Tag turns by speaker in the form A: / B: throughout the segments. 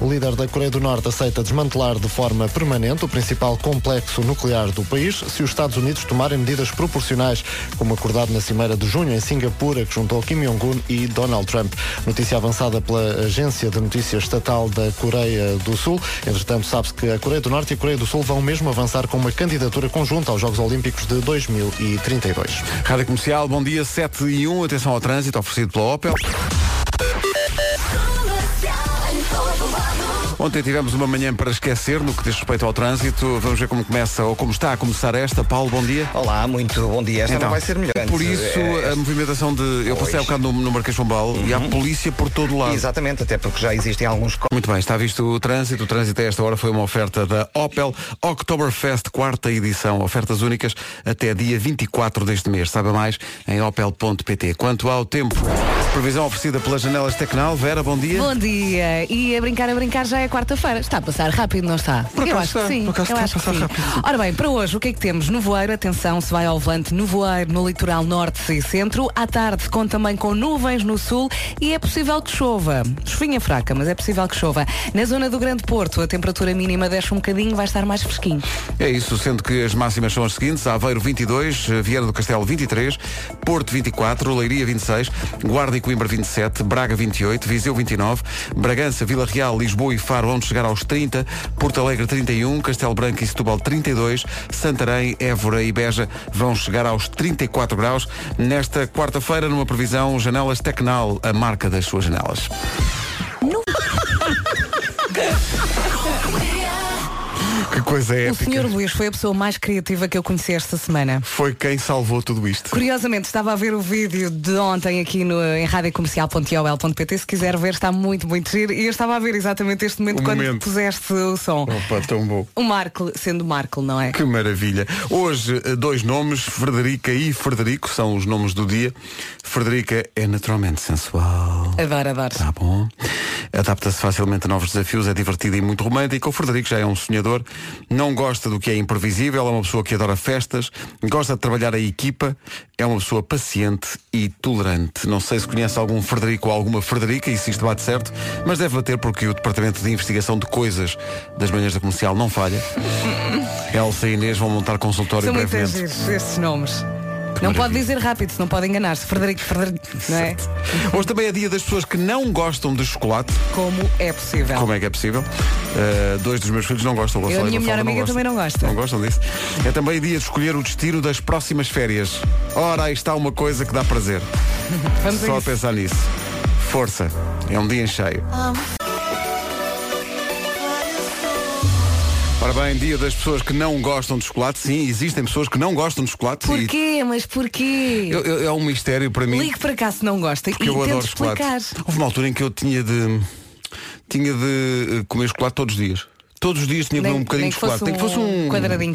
A: O líder da Coreia do Norte aceita desmantelar de forma permanente o principal complexo nuclear do país se os Estados Unidos tomarem medidas proporcionais, como acordado na Cimeira de Junho em Singapura, que juntou Kim Jong-un e Donald Trump. Notícia avançada pela Agência de Notícias Estatal da Coreia do Sul. Entretanto, sabe-se que a Coreia do Norte e a Coreia do Sul vão mesmo avançar com uma candidatura conjunta aos Jogos Olímpicos de 2032.
B: Rádio Comercial, bom dia, 7 e 1, atenção ao trânsito oferecido pela Opel. Ontem tivemos uma manhã para esquecer no que diz respeito ao trânsito. Vamos ver como começa ou como está a começar esta. Paulo, bom dia.
C: Olá, muito bom dia. Esta não vai ser melhor.
B: Então,
C: é,
B: Por isso, eh, a movimentação de. Eu passei há
C: Pois. Uhum.
B: bocado no, no Marquês de Pombal e há polícia por todo lado.
C: é, Exatamente, até porque já existem alguns co-
B: Muito bem, está visto o trânsito. O trânsito a esta hora foi uma oferta da Opel Oktoberfest, quarta edição. Ofertas únicas até dia 24 deste mês. Saiba mais em opel.pt. Quanto ao tempo, previsão oferecida pelas janelas Tecnal. Vera, bom dia.
D: Bom dia. E a brincar, a brincar já é quarta-feira. Está a passar rápido, não está?
B: Por
D: Eu
B: acaso
D: acho
B: está.
D: que sim.
B: Por acaso
D: Eu
B: está a
D: acho que
B: passar
D: sim.
B: rápido.
D: Ora bem, para hoje, o que é que temos? Nevoeiro, atenção, se vai ao volante, nevoeiro no litoral norte e centro. À tarde, conta também com nuvens no sul e é possível que chova. Chuvinha fraca, mas é possível que chova. Na zona do Grande Porto, a temperatura mínima desce um bocadinho, vai estar mais fresquinho.
B: É isso, sendo que as máximas são as seguintes: Aveiro 22, eh, Viana do Castelo 23, Porto 24, Leiria 26, Guarda e Coimbra 27, Braga 28, Viseu 29, Bragança, Vila Real, Lisboa e Faro vão chegar aos 30, Porto Alegre 31, Castelo Branco e Setúbal 32, Santarém, Évora e Beja vão chegar aos 34 graus nesta quarta-feira, numa previsão Janelas Tecnal, a marca das suas janelas. Que coisa
D: O
B: épica!
D: Sr. Luís foi a pessoa mais criativa que eu conheci esta semana.
B: Foi quem salvou tudo isto.
D: Curiosamente, estava a ver o vídeo de ontem aqui no, em radiocomercial.iol.pt. Se quiser ver, está muito, muito giro. E eu estava a ver exatamente este momento
B: O
D: quando
B: momento. É.
D: puseste o som.
B: Opa, tão bom.
D: O Marco, sendo Marco, não é?
B: Que maravilha. Hoje, eh, dois nomes, Frederica e Frederico, são os nomes do dia. Frederica é naturalmente sensual.
D: Adoro, adoro.
B: Tá bom. Adapta-se facilmente a novos desafios, é divertido e muito romântico. O Frederico já é um sonhador, não gosta do que é imprevisível, é uma pessoa que adora festas, gosta de trabalhar a equipa, é uma pessoa paciente e tolerante. Não sei se conhece algum Frederico ou alguma Frederica e se isto bate certo, mas deve bater porque o Departamento de Investigação de Coisas das Manhãs da Comercial não falha. Elsa e Inês vão montar consultório
D: São é muito
B: brevemente.
D: giros estes nomes. Não pode dizer rápido, senão pode enganar-se. Frederico, Frederico, não é?
B: Hoje também é dia das pessoas que não gostam de chocolate.
D: Como é possível?
B: Como é que é possível? Uh, dois dos meus filhos não gostam. o Gonçalo
D: Eu, a
B: e
D: minha
B: o
D: melhor
B: Gonçalo,
D: amiga,
B: gostam.
D: também não gosta.
B: Não gostam disso. É também dia de escolher o destino das próximas férias. Ora, aí está uma coisa que dá prazer.
D: Vamos a
B: é? Só a
D: isso.
B: pensar nisso. Força. É um dia em cheio. Ora bem, dia das pessoas que não gostam de chocolate. Sim, existem pessoas que não gostam de chocolate. e
D: Porquê? Mas porquê?
B: eu- eu- é um mistério para mim.
D: Ligue para cá se não gosta
B: Porque
D: e
B: eu
D: tente
B: adoro
D: explicar.
B: chocolate. Houve uma altura em que eu tinha de tinha de eh, comer chocolate todos os dias. Todos os dias tinha de
D: Nem-
B: comer um bocadinho
D: nem
B: de
D: que
B: chocolate.
D: fosse
B: Tem
D: um quadradinho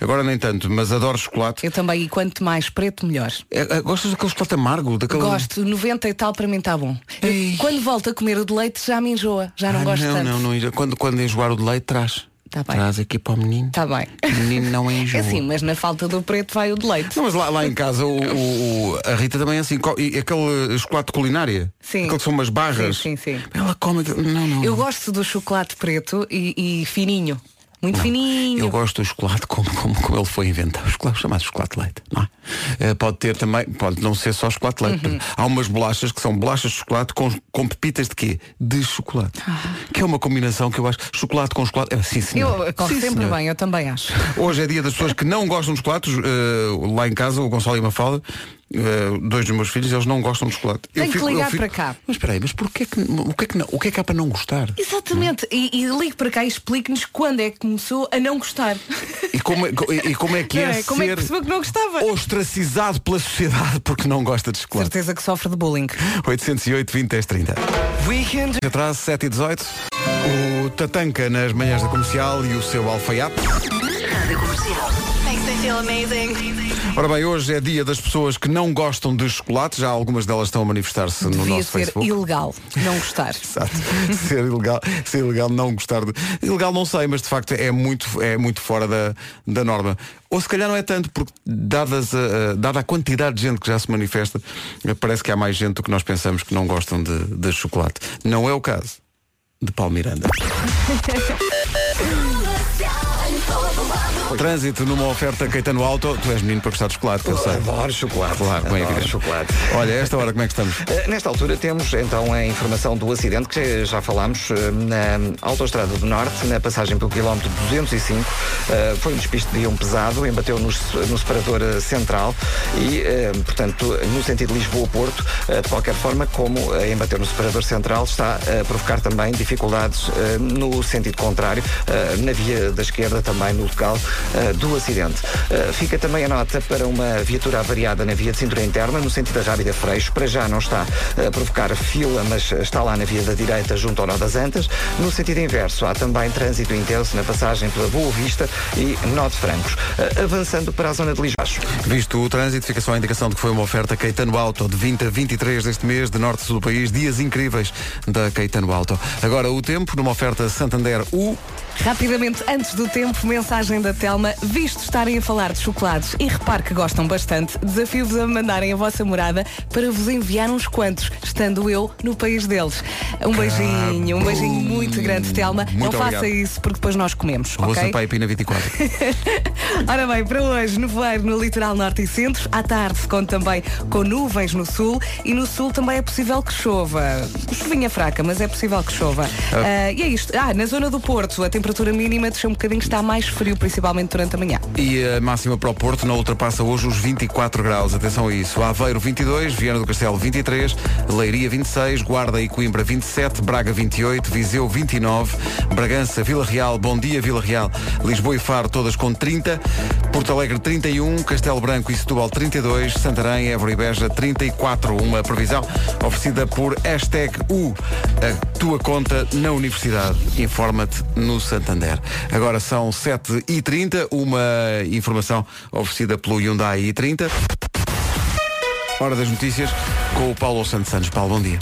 B: Agora nem tanto, mas adoro chocolate.
D: Eu também, e quanto mais preto, melhor.
B: É, é, gostas daquele chocolate amargo? Daquele...
D: Gosto, 90 e tal para mim está bom. Eu,
B: Ei.
D: quando volto a comer o de leite já me enjoa, já não
B: Ah,
D: gosto
B: não,
D: tanto.
B: não, não, ir- Quando, quando enjoar o de leite, traz.
D: Tá bem.
B: Traz aqui para o menino.
D: Está Tá bem.
B: O menino não
D: É
B: enjoa.
D: assim, mas na falta do preto vai o de leite.
B: Não, mas lá, lá em casa o, o- o- a Rita também é assim, co- e aquele chocolate de culinária,
D: Sim.
B: aquele que são umas barras.
D: Sim, sim, sim.
B: Ela come aquilo. Não, não.
D: Eu gosto do chocolate preto e, e fininho. Muito fininho.
B: Eu gosto do chocolate como, como, como ele foi inventado. O chocolate chamado chocolate de leite, não é? Eh, pode ter também, pode não ser só chocolate de leite.
D: Uhum.
B: Há umas bolachas que são bolachas de chocolate com, com pepitas de quê? De chocolate. Que é uma combinação que eu acho. Chocolate com chocolate. É, sim, senhor.
D: Ah. Eu corre
B: Sim,
D: sempre
B: senhor.
D: bem, eu também acho.
B: Hoje é dia das pessoas que não gostam de chocolates. Eh, lá em casa, o Gonçalo e a Mafalda, eh, dois dos meus filhos, eles não gostam de chocolate.
D: Tem que ligar para cá.
B: Mas espera aí, mas porquê que, o, que é que, não- o que é que há para não gostar?
D: Exatamente. E, e ligue para cá e explique-nos quando é que começou a não gostar.
B: E como, é- e- e como é que
D: Não
B: é,
D: é? Como é que
B: ser
D: percebeu que não gostava?
B: ostracizado pela sociedade porque não gosta de chocolate?
D: Certeza que sofre de bullying.
B: 808 20 10 30. Atraso 7 e 18. O Tatanca nas manhãs da comercial e o seu alfaiate.
E: Thanks, I feel amazing.
B: Ora bem, hoje é dia das pessoas que não gostam de chocolate. Já algumas delas estão a manifestar-se no
D: Devia
B: nosso
D: ser
B: Facebook.
D: ilegal não gostar.
B: Exato. ser ilegal, ser ilegal não gostar de. Ilegal não sei, mas de facto é muito, é muito fora da, da norma. Ou se calhar não é tanto, porque dadas a, a- dada a quantidade de gente que já se manifesta, eh, parece que há mais gente do que nós pensamos que não gostam de, de chocolate. Não é o caso. de Paulo Miranda. Trânsito numa oferta Caetano Alto. Tu és menino para gostar de chocolate, que eu sei.
C: Adoro chocolate.
B: Claro, bem
C: Adoro
B: evidente.
C: chocolate.
B: Olha, a esta hora como é que estamos?
C: Eh, Nesta altura temos então a informação do acidente que já falámos eh, na Autostrada do Norte, na passagem pelo quilómetro 205. Eh, Foi um despiste de um pesado, embateu no, se- no separador eh, central e, eh, portanto, no sentido Lisboa-Porto, eh, de qualquer forma, como eh, embateu no separador central, está eh, a provocar também dificuldades eh, no sentido contrário, eh, na via da esquerda, também no local eh, do acidente. Eh, Fica também a nota para uma viatura avariada na via de cintura interna, no sentido da Rábida Freixo. Para já não está eh, a provocar fila, mas está lá na via da direita, junto ao Nó das Antas. No sentido inverso, há também trânsito intenso na passagem pela Boa Vista e Nó de Francos. Eh, Avançando para a zona de Lisboa.
B: Visto o trânsito, fica só a indicação de que foi uma oferta Caetano Auto de 20 a 23 deste mês, de norte a sul do país, dias incríveis da Caetano Auto. Agora o tempo, numa oferta Santander U.
D: Rapidamente, antes do tempo, mensagem da Telma. Visto estarem a falar de chocolates e repare que gostam bastante, desafio-vos a mandarem a vossa morada para vos enviar uns quantos, estando eu no país deles. Um beijinho, um beijinho muito grande, Telma.
B: Muito
D: Não
B: obrigado.
D: faça isso, porque depois nós comemos,
B: Rua
D: ok?
B: Sampaio Pina 24.
D: Ora bem, para hoje, nevoeiro no litoral norte e centro. À tarde, conto também com nuvens no sul. E no sul também é possível que chova. Chuvinha fraca, mas é possível que chova. Ah, e é isto. Ah, na zona do Porto, a temperatura mínima desceu um bocadinho, está mais frio, principalmente durante a manhã.
B: E a máxima para o Porto não ultrapassa hoje os 24 graus. Atenção a isso. Aveiro 22, Viana do Castelo 23, Leiria 26, Guarda e Coimbra 27, Braga 28, Viseu 29, Bragança, Vila Real, Bom Dia Vila Real, Lisboa e Faro todas com 30, Porto Alegre 31, Castelo Branco e Setúbal 32, Santarém, Évora e Beja 34. Uma previsão oferecida por hashtag U, a tua conta na universidade. Informa-te no Santander. Agora são 7h30, uma informação oferecida pelo Hyundai i30. Hora das notícias com o Paulo Santos Santos. Paulo, bom dia.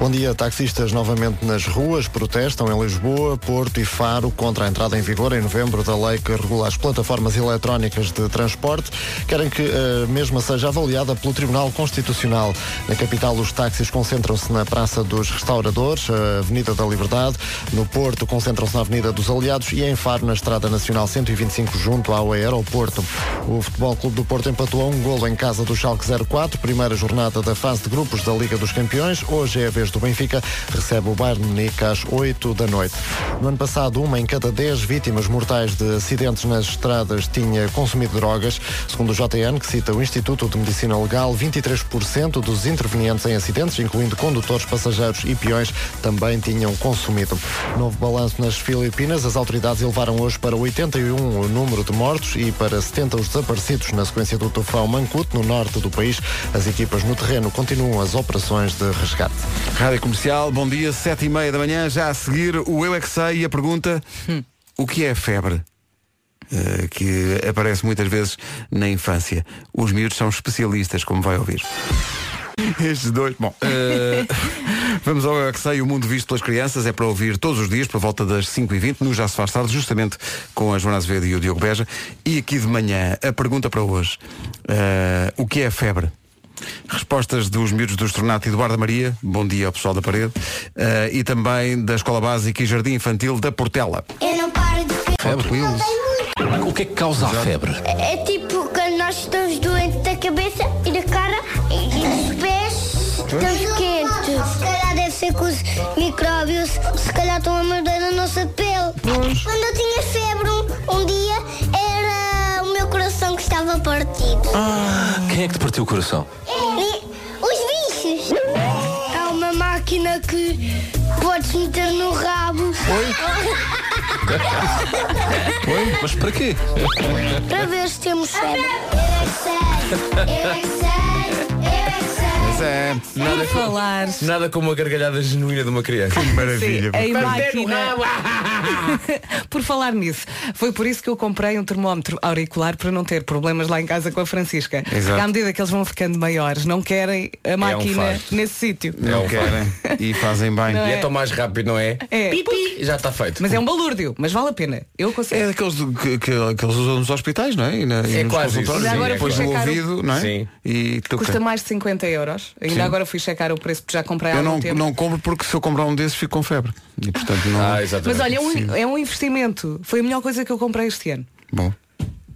A: Bom dia, taxistas novamente nas ruas protestam em Lisboa, Porto e Faro contra a entrada em vigor em novembro da lei que regula as plataformas eletrónicas de transporte. Querem que a mesma seja avaliada pelo Tribunal Constitucional. Na capital, os táxis concentram-se na Praça dos Restauradores, a Avenida da Liberdade. No Porto, concentram-se na Avenida dos Aliados e em Faro, na Estrada Nacional 125, junto ao aeroporto. O Futebol Clube do Porto empatou a um golo em casa do Schalke 04, primeira jornada da fase de grupos da Liga dos Campeões. Hoje é a vez do Benfica, recebe o Bayern de Munique às 8 da noite. No ano passado, uma em cada 10 vítimas mortais de acidentes nas estradas tinha consumido drogas. Segundo o JN, que cita o Instituto de Medicina Legal, 23% dos intervenientes em acidentes, incluindo condutores, passageiros e peões, também tinham consumido. Novo balanço nas Filipinas, as autoridades elevaram hoje para 81 o número de mortos e para 70 os desaparecidos na sequência do tufão Mancut, no norte do país. As equipas no terreno continuam as operações de resgate.
B: Rádio Comercial, bom dia, 7h30 da manhã, já a seguir o Eu é que sei e a pergunta, o que é a febre? Eh, que aparece muitas vezes na infância. Os miúdos são especialistas, como vai ouvir. Estes dois. Bom, eh, vamos ao Eu É que sei, o mundo visto pelas crianças é para ouvir todos os dias, por volta das 5h20, no Já Se Faz Tarde, justamente com a Joana Azevedo e o Diogo Beja. E aqui de manhã, a pergunta para hoje: eh, o que é a febre? Respostas dos miúdos do Estornato e do Guarda Maria, bom dia ao pessoal da parede, eh, e também da Escola Básica e Jardim Infantil da Portela.
E: Eu não paro de pensar.
B: Febre, Wills.
F: O que é que causa a febre?
E: É tipo quando nós estamos doentes da cabeça e da cara e dos pés, estamos quentes. Se calhar deve ser que os micróbios se calhar estão a morder a nossa pele. Quando eu tinha febre um, um dia era o meu coração que estava partido. É,
F: Quem é que te partiu o coração?
E: E Os bichos. Há uma máquina que podes meter no rabo
F: Mas para quê?
E: para ver se temos febre. Eu é que sei, eu é que sei, eu é que sei.
B: Mas é,
D: Por falar.
G: Nada como uma gargalhada genuína de uma criança.
B: maravilha.
D: Sim, em máquina. por falar nisso, foi por isso que eu comprei um termómetro auricular para não ter problemas lá em casa com a Francisca.
B: Exato. É um
D: Porque à medida que eles vão ficando maiores, não querem a máquina
G: facto.
D: nesse sítio.
B: Não
G: É um
B: querem. E fazem bem.
D: Não
G: E
D: é?
G: é tão mais rápido, não é?
D: É.
G: E já está feito.
D: Mas é um balúrdio, mas vale a pena. Eu
B: É
D: consigo.
B: daqueles do- que, que- que eles usam nos hospitais, não é? E, na, e
G: É
B: nos
G: quase isso.
B: consultórios.
G: Ainda
B: E
G: agora
B: depois
D: fui
B: no
D: checar o-
B: ouvido, não é?
G: Sim.
B: E toca.
D: Custa mais de 50 euros. euros. Ainda
B: Sim.
D: agora fui checar o preço porque já comprei há
B: Eu
D: algum
B: não,
D: tempo.
B: não compro porque se eu comprar um desses fico com febre. E portanto não.
G: Ah, exatamente.
D: Mas olha, é um, é um investimento. Foi a melhor coisa que eu comprei este ano.
B: Bom.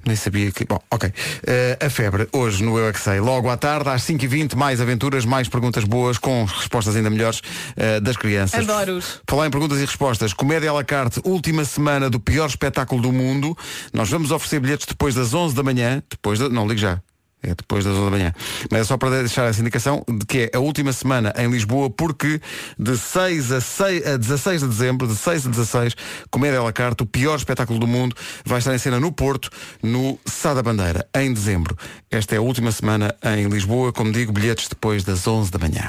B: Nem sabia que. Bom, ok. Eh, a febre, hoje no Eu é Que Sei. logo à tarde, às 5h20, mais aventuras, mais perguntas boas, com respostas ainda melhores eh, das crianças.
D: Adoro-os.
B: Falar em perguntas e respostas. Comédia à la carte, última semana do pior espetáculo do mundo. Nós vamos oferecer bilhetes depois das 11 da manhã. Depois da... Não, ligue já. É depois das 11 da manhã. Mas é só para deixar essa indicação de que é a última semana em Lisboa, porque de 6 a, 6 a 16 de dezembro, de 6 a 16, Comédia à la carte, o pior espetáculo do mundo, vai estar em cena no Porto, no Sá da Bandeira, em dezembro. Esta é a última semana em Lisboa, como digo, bilhetes depois das 11 da manhã.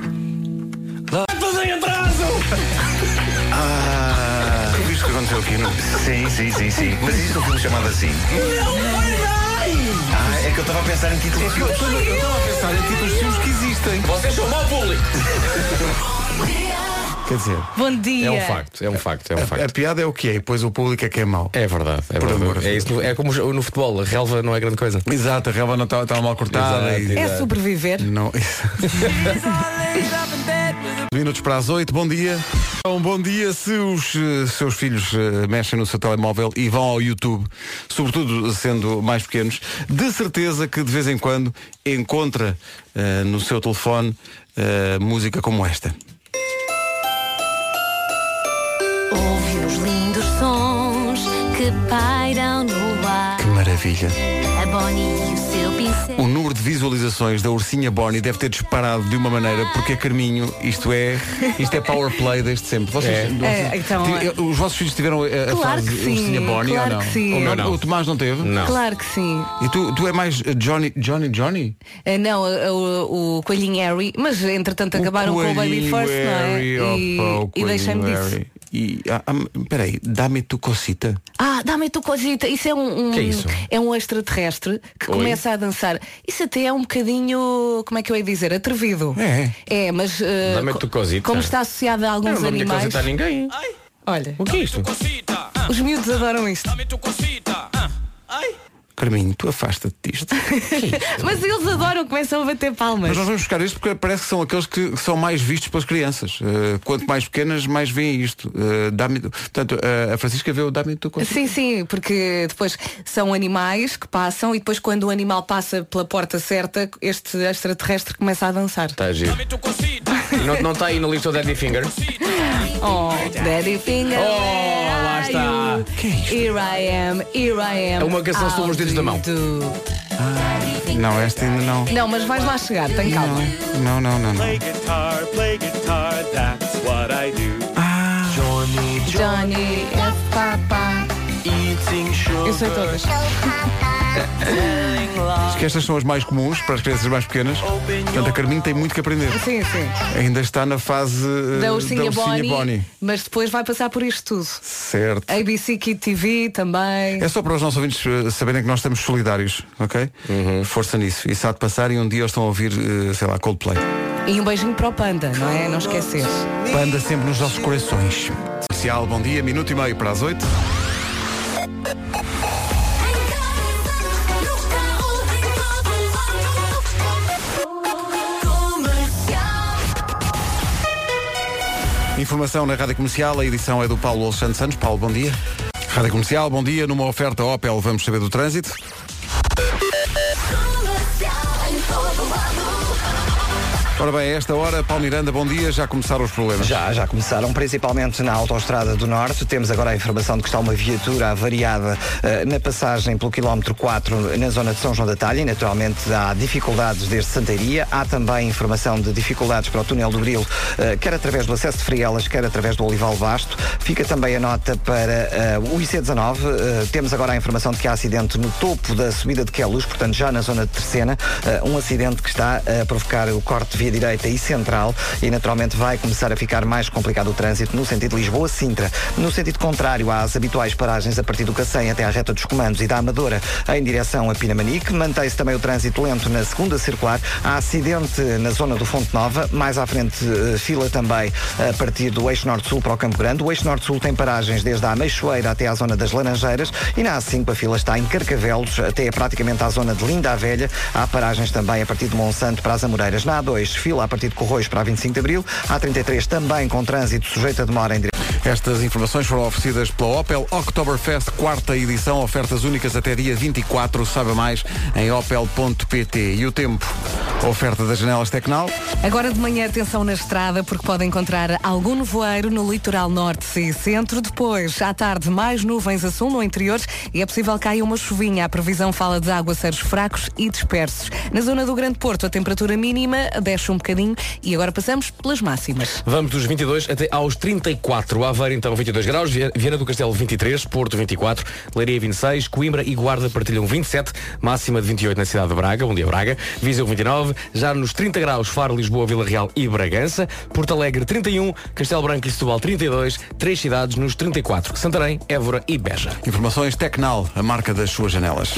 H: Tu viste o que aconteceu aqui, não? Sim, sim, sim, sim. Mas existe um filme chamado assim. Ah, é que eu estava a pensar em títulos. Eu estava a pensar em títulos de filmes que existem.
G: Vocês são mau público.
B: Quer dizer,
D: Bom dia.
G: É um facto, é um facto, é um
B: a
G: facto.
B: piada é o que é, e depois o público é que é mau.
G: É verdade, é
B: Por amor de
G: verdade. É,
B: Deus.
G: isso, é como no futebol, a relva não é grande coisa.
B: Exato, a relva não estava mal cortada.
G: Exato,
B: e-
D: É sobreviver.
B: Não. Minutos para as oito, bom dia. Então, bom dia se os eh, seus filhos eh, mexem no seu telemóvel e vão ao YouTube, sobretudo sendo mais pequenos, de certeza que de vez em quando encontra eh, no seu telefone eh, música como esta.
I: Ouve os lindos sons que pairam no ar.
B: Que maravilha.
I: A Bonnie e o seu pincel.
B: O número de visualizações da ursinha Bonnie deve ter disparado de uma maneira, porque é Carminho, isto é, isto é power play desde sempre. Vocês, vocês-
D: É, então,
B: ti- os vossos filhos tiveram eh, a, a
D: Claro
B: fase
D: que sim,
B: ursinha Bonnie
D: claro
B: ou não?
D: que sim.
B: O,
D: Eu
B: não. o Tomás não teve?
G: Não.
D: Claro que sim.
B: E tu, tu é mais eh, Johnny, Johnny, Johnny?
D: Ah, Não, ah, o, o Coelhinho Harry, mas entretanto acabaram com o Baby
B: Coelhinho
D: First, não é?
B: Harry, opa,
D: E,
B: o
D: e deixei-me
B: Coelhinho
D: disso.
B: Harry. E, ah, ah, peraí, dá-me tu cocita.
D: Ah, dá-me tu cosita. Isso é um, um-
G: Que é isso?
D: um extraterrestre que começa a dançar. Isso até é um bocadinho, como é que eu ia dizer, atrevido.
B: É.
D: É, mas eh,
G: Dá-me
D: co-
G: tu cosita.
D: como está associado a
G: Eu
D: alguns
G: não dou minha
D: animais.
G: cosita a ninguém.
D: Olha,
G: O que é isto?
D: os miúdos adoram isto.
B: Carminho, tu afasta-te disto.
D: Mas eles adoram, começam a bater palmas.
B: Mas nós vamos buscar isto porque parece que são aqueles que que são mais vistos pelas crianças. Eh, quanto mais pequenas, mais veem isto. Eh, dá-me, portanto, eh, a Francisca vê o dá-me tu cocita.
D: Sim, sim, porque depois são animais que passam e depois quando o animal passa pela porta certa, este extraterrestre começa a dançar.
G: Está a Tá giro. Não- Não está aí na lista do Daddy Finger?
D: Oh, Daddy Finger. where
G: Oh, lá
D: are
G: está.
D: you? Here I am, here I am.
G: É uma canção sobre os dedos da mão.
D: Do-
B: Não, esta ainda não.
D: Não, mas vais lá chegar, tem calma.
B: Não, não, não. não.
D: Johnny, é papá. Eu sei todas.
B: Acho que estas são as mais comuns para as crianças mais pequenas. Portanto, a Carminho tem muito que aprender.
D: Sim, sim.
B: Ainda está na fase eh,
D: Da ursinha, Bonnie, Mas depois vai passar por isto tudo.
B: Certo.
D: ABC Kid TV também.
B: É só para os nossos ouvintes eh, saberem que nós estamos solidários, ok? Força nisso. Isso há de passar e um dia eles estão a ouvir, eh, sei lá, Coldplay.
D: E um beijinho para o Panda, não é? Não esquecer.
B: Panda sempre nos nossos corações. Especial, bom dia, minuto e meio para as oito. Informação na Rádio Comercial, a edição é do Paulo Alexandre Santos. Paulo, bom dia. Rádio Comercial, bom dia. Numa oferta Opel, vamos saber do trânsito. Ora bem, a esta hora, Paulo Miranda, bom dia. Já começaram os problemas.
C: Já, já começaram, principalmente na Autostrada do Norte. Temos agora a informação de que está uma viatura avariada eh, na passagem pelo quilómetro 4 na zona de São João da Talha. E, Naturalmente há dificuldades desde Santaria. Há também informação de dificuldades para o túnel do Grilo, eh, quer através do acesso de Frielas, quer através do Olival Basto. Fica também a nota para eh, o IC19. Eh, temos agora a informação de que há acidente no topo da subida de Queluz, portanto já na zona de Terceira. eh, um acidente que está a provocar o corte de via direita e central e naturalmente vai começar a ficar mais complicado o trânsito no sentido Lisboa-Sintra. No sentido contrário, há as habituais paragens a partir do Cacém até à reta dos comandos e da Amadora em direção a Pinamanique. Mantém-se também o trânsito lento na segunda circular. Há acidente na zona do Fonte Nova, mais à frente eh, fila também eh, a partir do eixo norte-sul para o Campo Grande. O eixo norte-sul tem paragens desde a Meixoeira até à zona das Laranjeiras e na A5 a fila está em Carcavelos até praticamente à zona de Linda a Velha. Há paragens também a partir de Monsanto para as Amoreiras. Na A2 fila a partir de Corroios para a 25 de Abril. A 33 também com trânsito sujeito a demora em direção.
B: Estas informações foram oferecidas pela Opel Oktoberfest, quarta edição, ofertas únicas até dia 24. Saiba mais em opel.pt. E o tempo? Oferta das janelas Tecnal.
D: Agora de manhã, atenção na estrada, porque pode encontrar algum nevoeiro no litoral norte e centro. Depois, à tarde, mais nuvens a sul no interior e é possível que caia uma chuvinha. A previsão fala de aguaceiros fracos e dispersos. Na zona do Grande Porto, a temperatura mínima desce um bocadinho e agora passamos pelas máximas.
G: Vamos dos 22 até aos 34. Aveiro, então, 22 graus. Vie- Viana do Castelo, 23. Porto, 24. Leiria, 26. Coimbra e Guarda partilham 27. Máxima de 28 na cidade de Braga. Bom dia, Braga. Viseu, 29. Já nos 30 graus, Faro, Lisboa, Vila Real e Bragança. Porto Alegre, 31. Castelo Branco e Setúbal, 32. Três cidades nos 34. Santarém, Évora e Beja.
B: Informações Tecnal, a marca das suas janelas.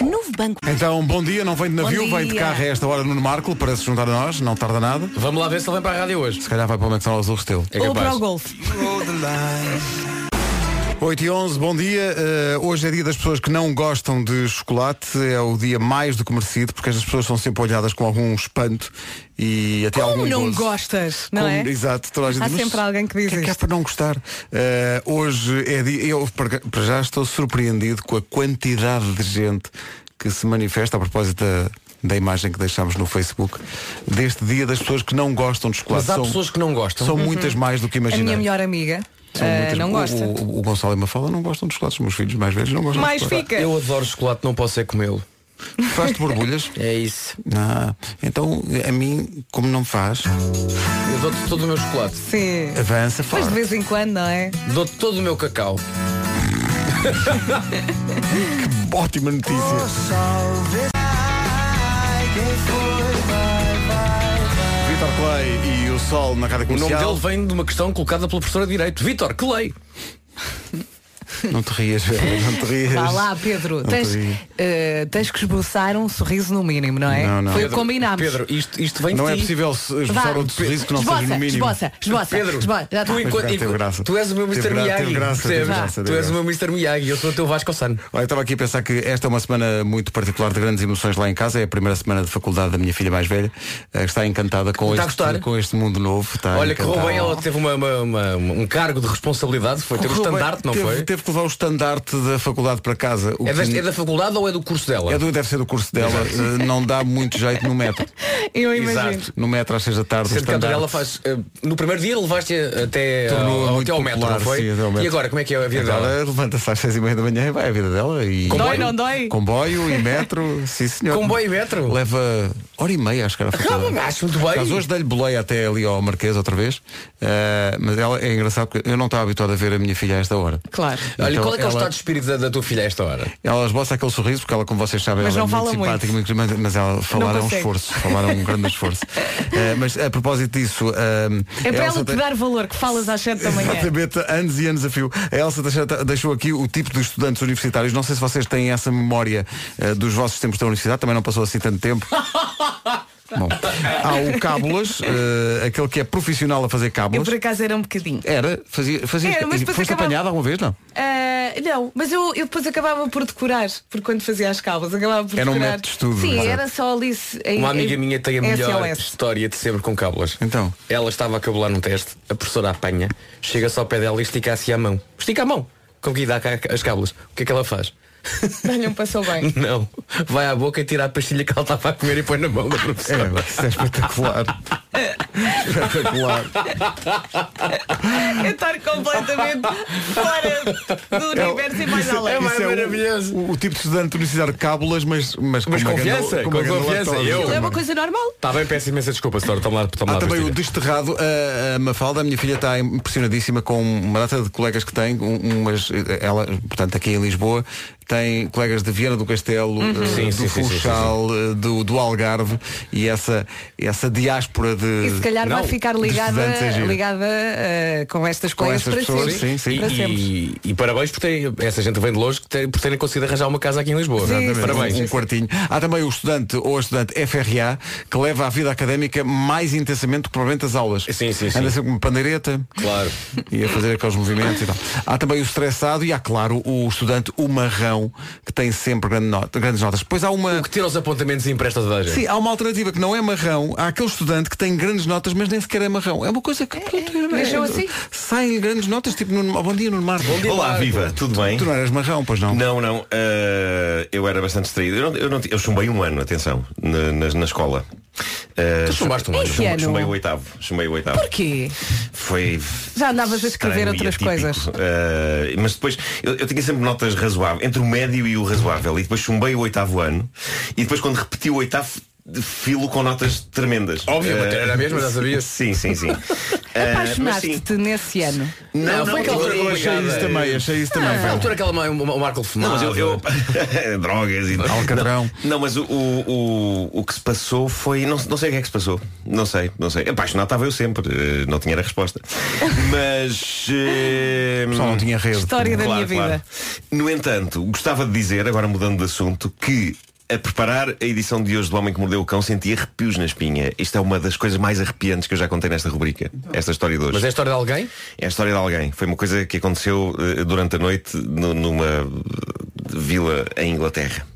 I: Novo banco.
B: Então, bom dia, não vem de navio,
D: Bom
B: vem de
D: dia.
B: carro a esta hora no Marco para se juntar a nós, não tarda nada.
G: Vamos lá ver se ele vem para a rádio hoje.
B: Se calhar vai para o McDonald's do Restelo.
G: É
D: Ou para
G: capaz.
D: o golfe.
B: 8 e 11, bom dia. Eh, hoje é dia das pessoas que não gostam de chocolate. É o dia mais do que merecido, porque estas pessoas são sempre olhadas com algum espanto e até
D: Como
B: algum
D: não
B: gozo.
D: gostas, não
B: Como-
D: é?
B: Exato, toda a gente
D: Há
B: "Mas
D: sempre alguém que diz
B: o é que é
D: isto."
B: para não gostar? Eh, hoje é dia. Eu, para para já, estou surpreendido com a quantidade de gente que se manifesta a propósito da, da imagem que deixámos no Facebook deste dia das pessoas que não gostam de chocolate.
G: Mas há
B: São-
G: pessoas que não gostam.
B: São muitas mais do que
D: Uhum. A minha
B: imaginei.
D: melhor amiga
B: São
D: ah,
B: muitas-
D: não
B: o-
D: gosta.
B: O, o Gonçalo e Mafalda não gostam de chocolates. Os meus filhos mais velhos não gostam
D: Mais
B: de chocolate.
D: fica.
G: Eu adoro chocolate, não posso é comê-lo.
B: Faz-te borbulhas?
G: É isso.
B: Ah, então, a mim, como não faz,
G: Eu dou-te todo o meu chocolate.
D: Sim.
B: avança
D: Mas de
B: forte.
D: vez em quando, não é?
G: Dou-te todo o meu cacau.
B: Ótima notícia. Vitor Clay e o Sol na Rádio
G: O nome
B: Comercial.
G: dele vem de uma questão colocada pela professora de Direito. Vítor, que lei?
B: Não te rias, velho, não te rias.
D: Vá lá, Pedro.
B: Não
D: Tens,
B: te ri.
D: eh, tens que esboçar um sorriso no mínimo, não é?
B: Não, não.
D: Foi o que
G: Pedro,
D: combinámos.
G: Pedro, isto, isto vem
B: Não
G: de
B: é
G: ti.
B: possível se- esboçar outro sorriso que não
D: esboça,
B: seja no mínimo.
D: Esboça, esboça,
G: Pedro,
D: esboça. Já está.
G: tu,
B: Mas
G: enquanto-
B: já teve graça.
G: tu és o meu
B: Teve
G: Mr.
B: gra- teve
G: Miyagi.
B: graça, teve
G: percebes?
B: graça, teve
G: tu és
B: graça.
G: o meu Mr. Miyagi, eu sou o teu Vasco Sano.
B: Olha, estava aqui a pensar que esta é uma semana muito particular de grandes emoções lá em casa. É a primeira semana de faculdade da minha filha mais velha, eh, que está encantada com,
G: Está a
B: este,
G: gostar?
B: com este mundo novo. Está
G: Olha, correu
B: encantada.
G: bem, ela teve uma- uma- uma- um cargo de responsabilidade, foi ter o
B: Correu bem.
G: estandarte, não
B: teve,
G: foi?
B: Teve que levar o estandarte da faculdade para casa. O
G: É,
B: que-
G: deste- é da faculdade ou é do curso dela?
B: é do, deve ser do curso dela. eh, não dá muito jeito no metro.
D: Eu
G: Exato.
D: imagino.
B: No metro às seis da tarde. o
G: Sendo que a
B: estandarte.
G: Adriana faz. eh, No primeiro dia levaste até,
B: Tornou
G: ao,
B: muito
G: até ao
B: popular,
G: metro, não foi?
B: sim, até ao metro.
G: E agora, como é que é a vida dela?
B: Agora levanta-se às seis e meia da manhã e vai à vida dela. E...
G: Comboio? Dói,
D: não dói?
B: Comboio e metro. sim, senhor.
G: Comboio e metro?
B: Leva hora e meia, acho que era. a faculdade.
G: Calma, acho muito
B: Por
G: bem.
B: acaso, hoje dei-lhe boleia até ali ao Marquês outra vez. eh, mas ela é engraçado porque eu não estava habituado a ver a minha filha a esta hora.
D: Claro.
G: Olha,
B: Então
G: qual é que é o
B: ela-
G: estado de espírito da, da tua filha a esta hora?
B: Ela esboça aquele sorriso, porque ela, como vocês sabem,
D: Mas
B: ela
D: não
B: é muito
D: fala muito.
B: simpática, muito. mas- mas ela falaram um
D: consegue.
B: esforço, falaram um grande esforço. Eh, mas a propósito disso, ehm,
D: É para
B: Elsa
D: ela te
B: tem-
D: dar valor que falas às 7 da manhã.
B: Exatamente, anos e anos a fio. A Elsa Teixeira deixou aqui o tipo dos estudantes universitários. Não sei se vocês têm essa memória eh, dos vossos tempos da universidade, também não passou assim tanto tempo. Bom, há o cábulas, eh, aquele que é profissional a fazer
D: Eu
B: cábulas.
D: por acaso era um bocadinho.
B: Era, fazia, fazia
D: Era, mas depois
B: foste
D: acabava-
B: apanhada alguma vez, não?
D: Ah, não, mas eu, eu depois acabava por decorar, porque quando fazia as calvas, acabava por
B: Era um
D: decorar.
B: método de estudo,
D: Sim,
B: mas é.
D: era só ali. se- em-
G: Uma amiga
D: em-
G: minha tem a melhor
D: SOS.
G: história de sempre com cábulas.
B: Então.
G: Ela estava a cabular num teste, a professora apanha, chega-se ao pé dela e estica-se a mão. Estica a mão! Com que dá cá as cábulas. O que é que ela faz?
D: Não um passou bem.
G: Não. Vai à boca e tira a pastilha que ela estava a comer e põe na mão da professora.
B: É, isso é espetacular. espetacular.
D: Eu estar completamente fora do universo e mais além.
G: é mais
B: É Isso
G: maravilhoso.
B: O, o tipo de estudante universitário de cábulas, mas, mas,
G: Mas
B: uma grande-
G: confiança,
B: uma
G: com
B: grande
G: confiança,
B: latosa.
G: eu.
D: Aquilo é uma coisa normal.
G: Está Tá bem, peço imensa desculpa, senhora. Toma lá, toma
B: Há
G: lá a
B: Ah, também o
G: pastilha.
B: desterrado, a, a Mafalda, a minha filha está impressionadíssima com uma data de colegas que tem, um- umas, eh, ela, portanto, aqui em Lisboa, tem colegas de Viana do Castelo, eh,
G: Sim,
B: do
G: sim, sim, sim,
B: Funchal, eh, Do, do Algarve e essa, essa diáspora de.
D: E se calhar
G: Não,
D: vai ficar
B: de
D: ligada,
B: estudantes é giro.
D: ligada eh, com estas coisas
B: estas
D: para
B: pessoas, sim,
D: sempre.
B: sim.
D: Para sempre.
G: E, e parabéns por terem, essa gente vem de longe que tem- por terem conseguido arranjar uma casa aqui em Lisboa.
B: Exatamente,
G: Parabéns.
B: Um, um quartinho. Há também o estudante ou a estudante FRA que leva a vida académica mais intensamente do que provavelmente as aulas.
G: Sim, sim,
B: Anda
G: sim.
B: sempre com pandeireta.
G: Claro.
B: E a fazer aqueles movimentos e tal. Há também o estressado e há, claro, o estudante o marrão verão que tem sempre grande nota- grandes notas. Depois há uma.
G: O que tira os apontamentos e empresta toda a gente.
B: Sim, há uma alternativa que não é marrão, há aquele estudante que tem grandes notas, mas nem sequer é marrão. É uma coisa que pronto, é-
D: deixou assim.
B: saem grandes notas, tipo Nuno, Mar- bom dia, Nuno Mar. Bom
H: Olá, viva, tudo bem?
B: Tu não eras marrão, pois não?
H: Não, não. eh, eu era bastante distraído. Eu, não, eu, não ti- eu chumbei um ano, atenção, na, na, na escola. Eh,
G: Tu chumbaste um ano.
H: chum-
D: Que ano?
H: Chumbei o oitavo. Chumbei o oitavo.
D: Porquê?
H: Foi.
D: Já andavas a escrever
H: estranho e
D: outras
H: atípico.
D: coisas.
H: Eh, mas depois eu, eu tinha sempre notas razoáveis, entre o médio e o razoável. E depois chumbei o oitavo ano. E depois quando repeti o oitavo de filo com notas tremendas.
G: Óbvio,
H: Eh,
G: mas era a mesma, já sabias.
H: Sim, sim, sim. Eh, mas sim.
D: Apaixonaste-te nesse ano.
G: Não, foi aquela altura que eu
B: Achei isso também, achei isso também,
G: Foi a
B: velho.
G: altura que ela é o o Marco
H: eh. É Não,
G: fumava.
H: mas eu, eu- drogas e
B: Alcatrão.
H: Não, não, mas o, o, o, o que se passou foi. Não, não sei o que é que se passou. Não sei, não sei. Apaixonado estava eu sempre. eh, Não tinha a resposta. Mas. eh,
B: Só não tinha rede.
D: História da minha
H: Claro,
D: vida.
H: claro. No entanto, gostava de dizer, agora mudando de assunto, que a preparar a edição de hoje do Homem que Mordeu o Cão senti arrepios na espinha. Isto é uma das coisas mais arrepiantes que eu já contei nesta rubrica. Esta história de hoje.
G: Mas é a história de alguém?
H: É a história de alguém. Foi uma coisa que aconteceu eh, durante a noite nu- numa eh, vila em Inglaterra.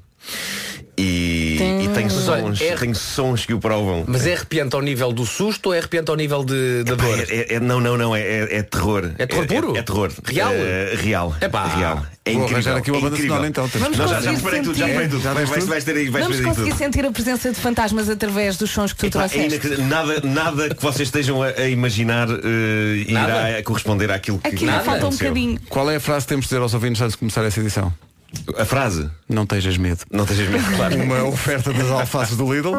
H: E, e tenho sons,
G: olha, é-
H: tenho sons que o provam.
G: Mas é arrepiante ao nível do susto ou é arrepiante ao nível de, da
H: Pá,
G: dor?
H: é- é- é- não, não, não, é, é- é terror.
G: É terror puro?
H: É, terror.
G: Real?
H: Eh, real.
G: Epá.
H: real. É
B: Vou
H: incrível.
B: arranjar aqui uma
H: é
B: banda
H: incrível.
B: sonora, então, temos
D: Vamos
H: Não, já, já
D: conseguir
H: preparei tudo, já
D: sentir.
H: preparei tudo.
B: Já deste
H: Vais, vais,
B: tudo?
H: vais ter aí, vais
D: Vamos
H: ter aí
D: conseguir
H: tudo.
D: sentir a presença de fantasmas através dos sons que tu
H: Epá, é
D: trouxeste.
H: inacre- nada, nada que vocês estejam a, a imaginar eh,
G: Nada?
H: irá corresponder àquilo que
D: Aqui
G: Nada.
D: falta um
H: aconteceu.
D: bocadinho.
B: Qual é a frase que temos de dizer aos ouvintes antes de começar essa edição?
H: A frase,
B: Não tejas medo.
H: não estejas medo, claro.
B: Uma oferta das alfaces do Lidl.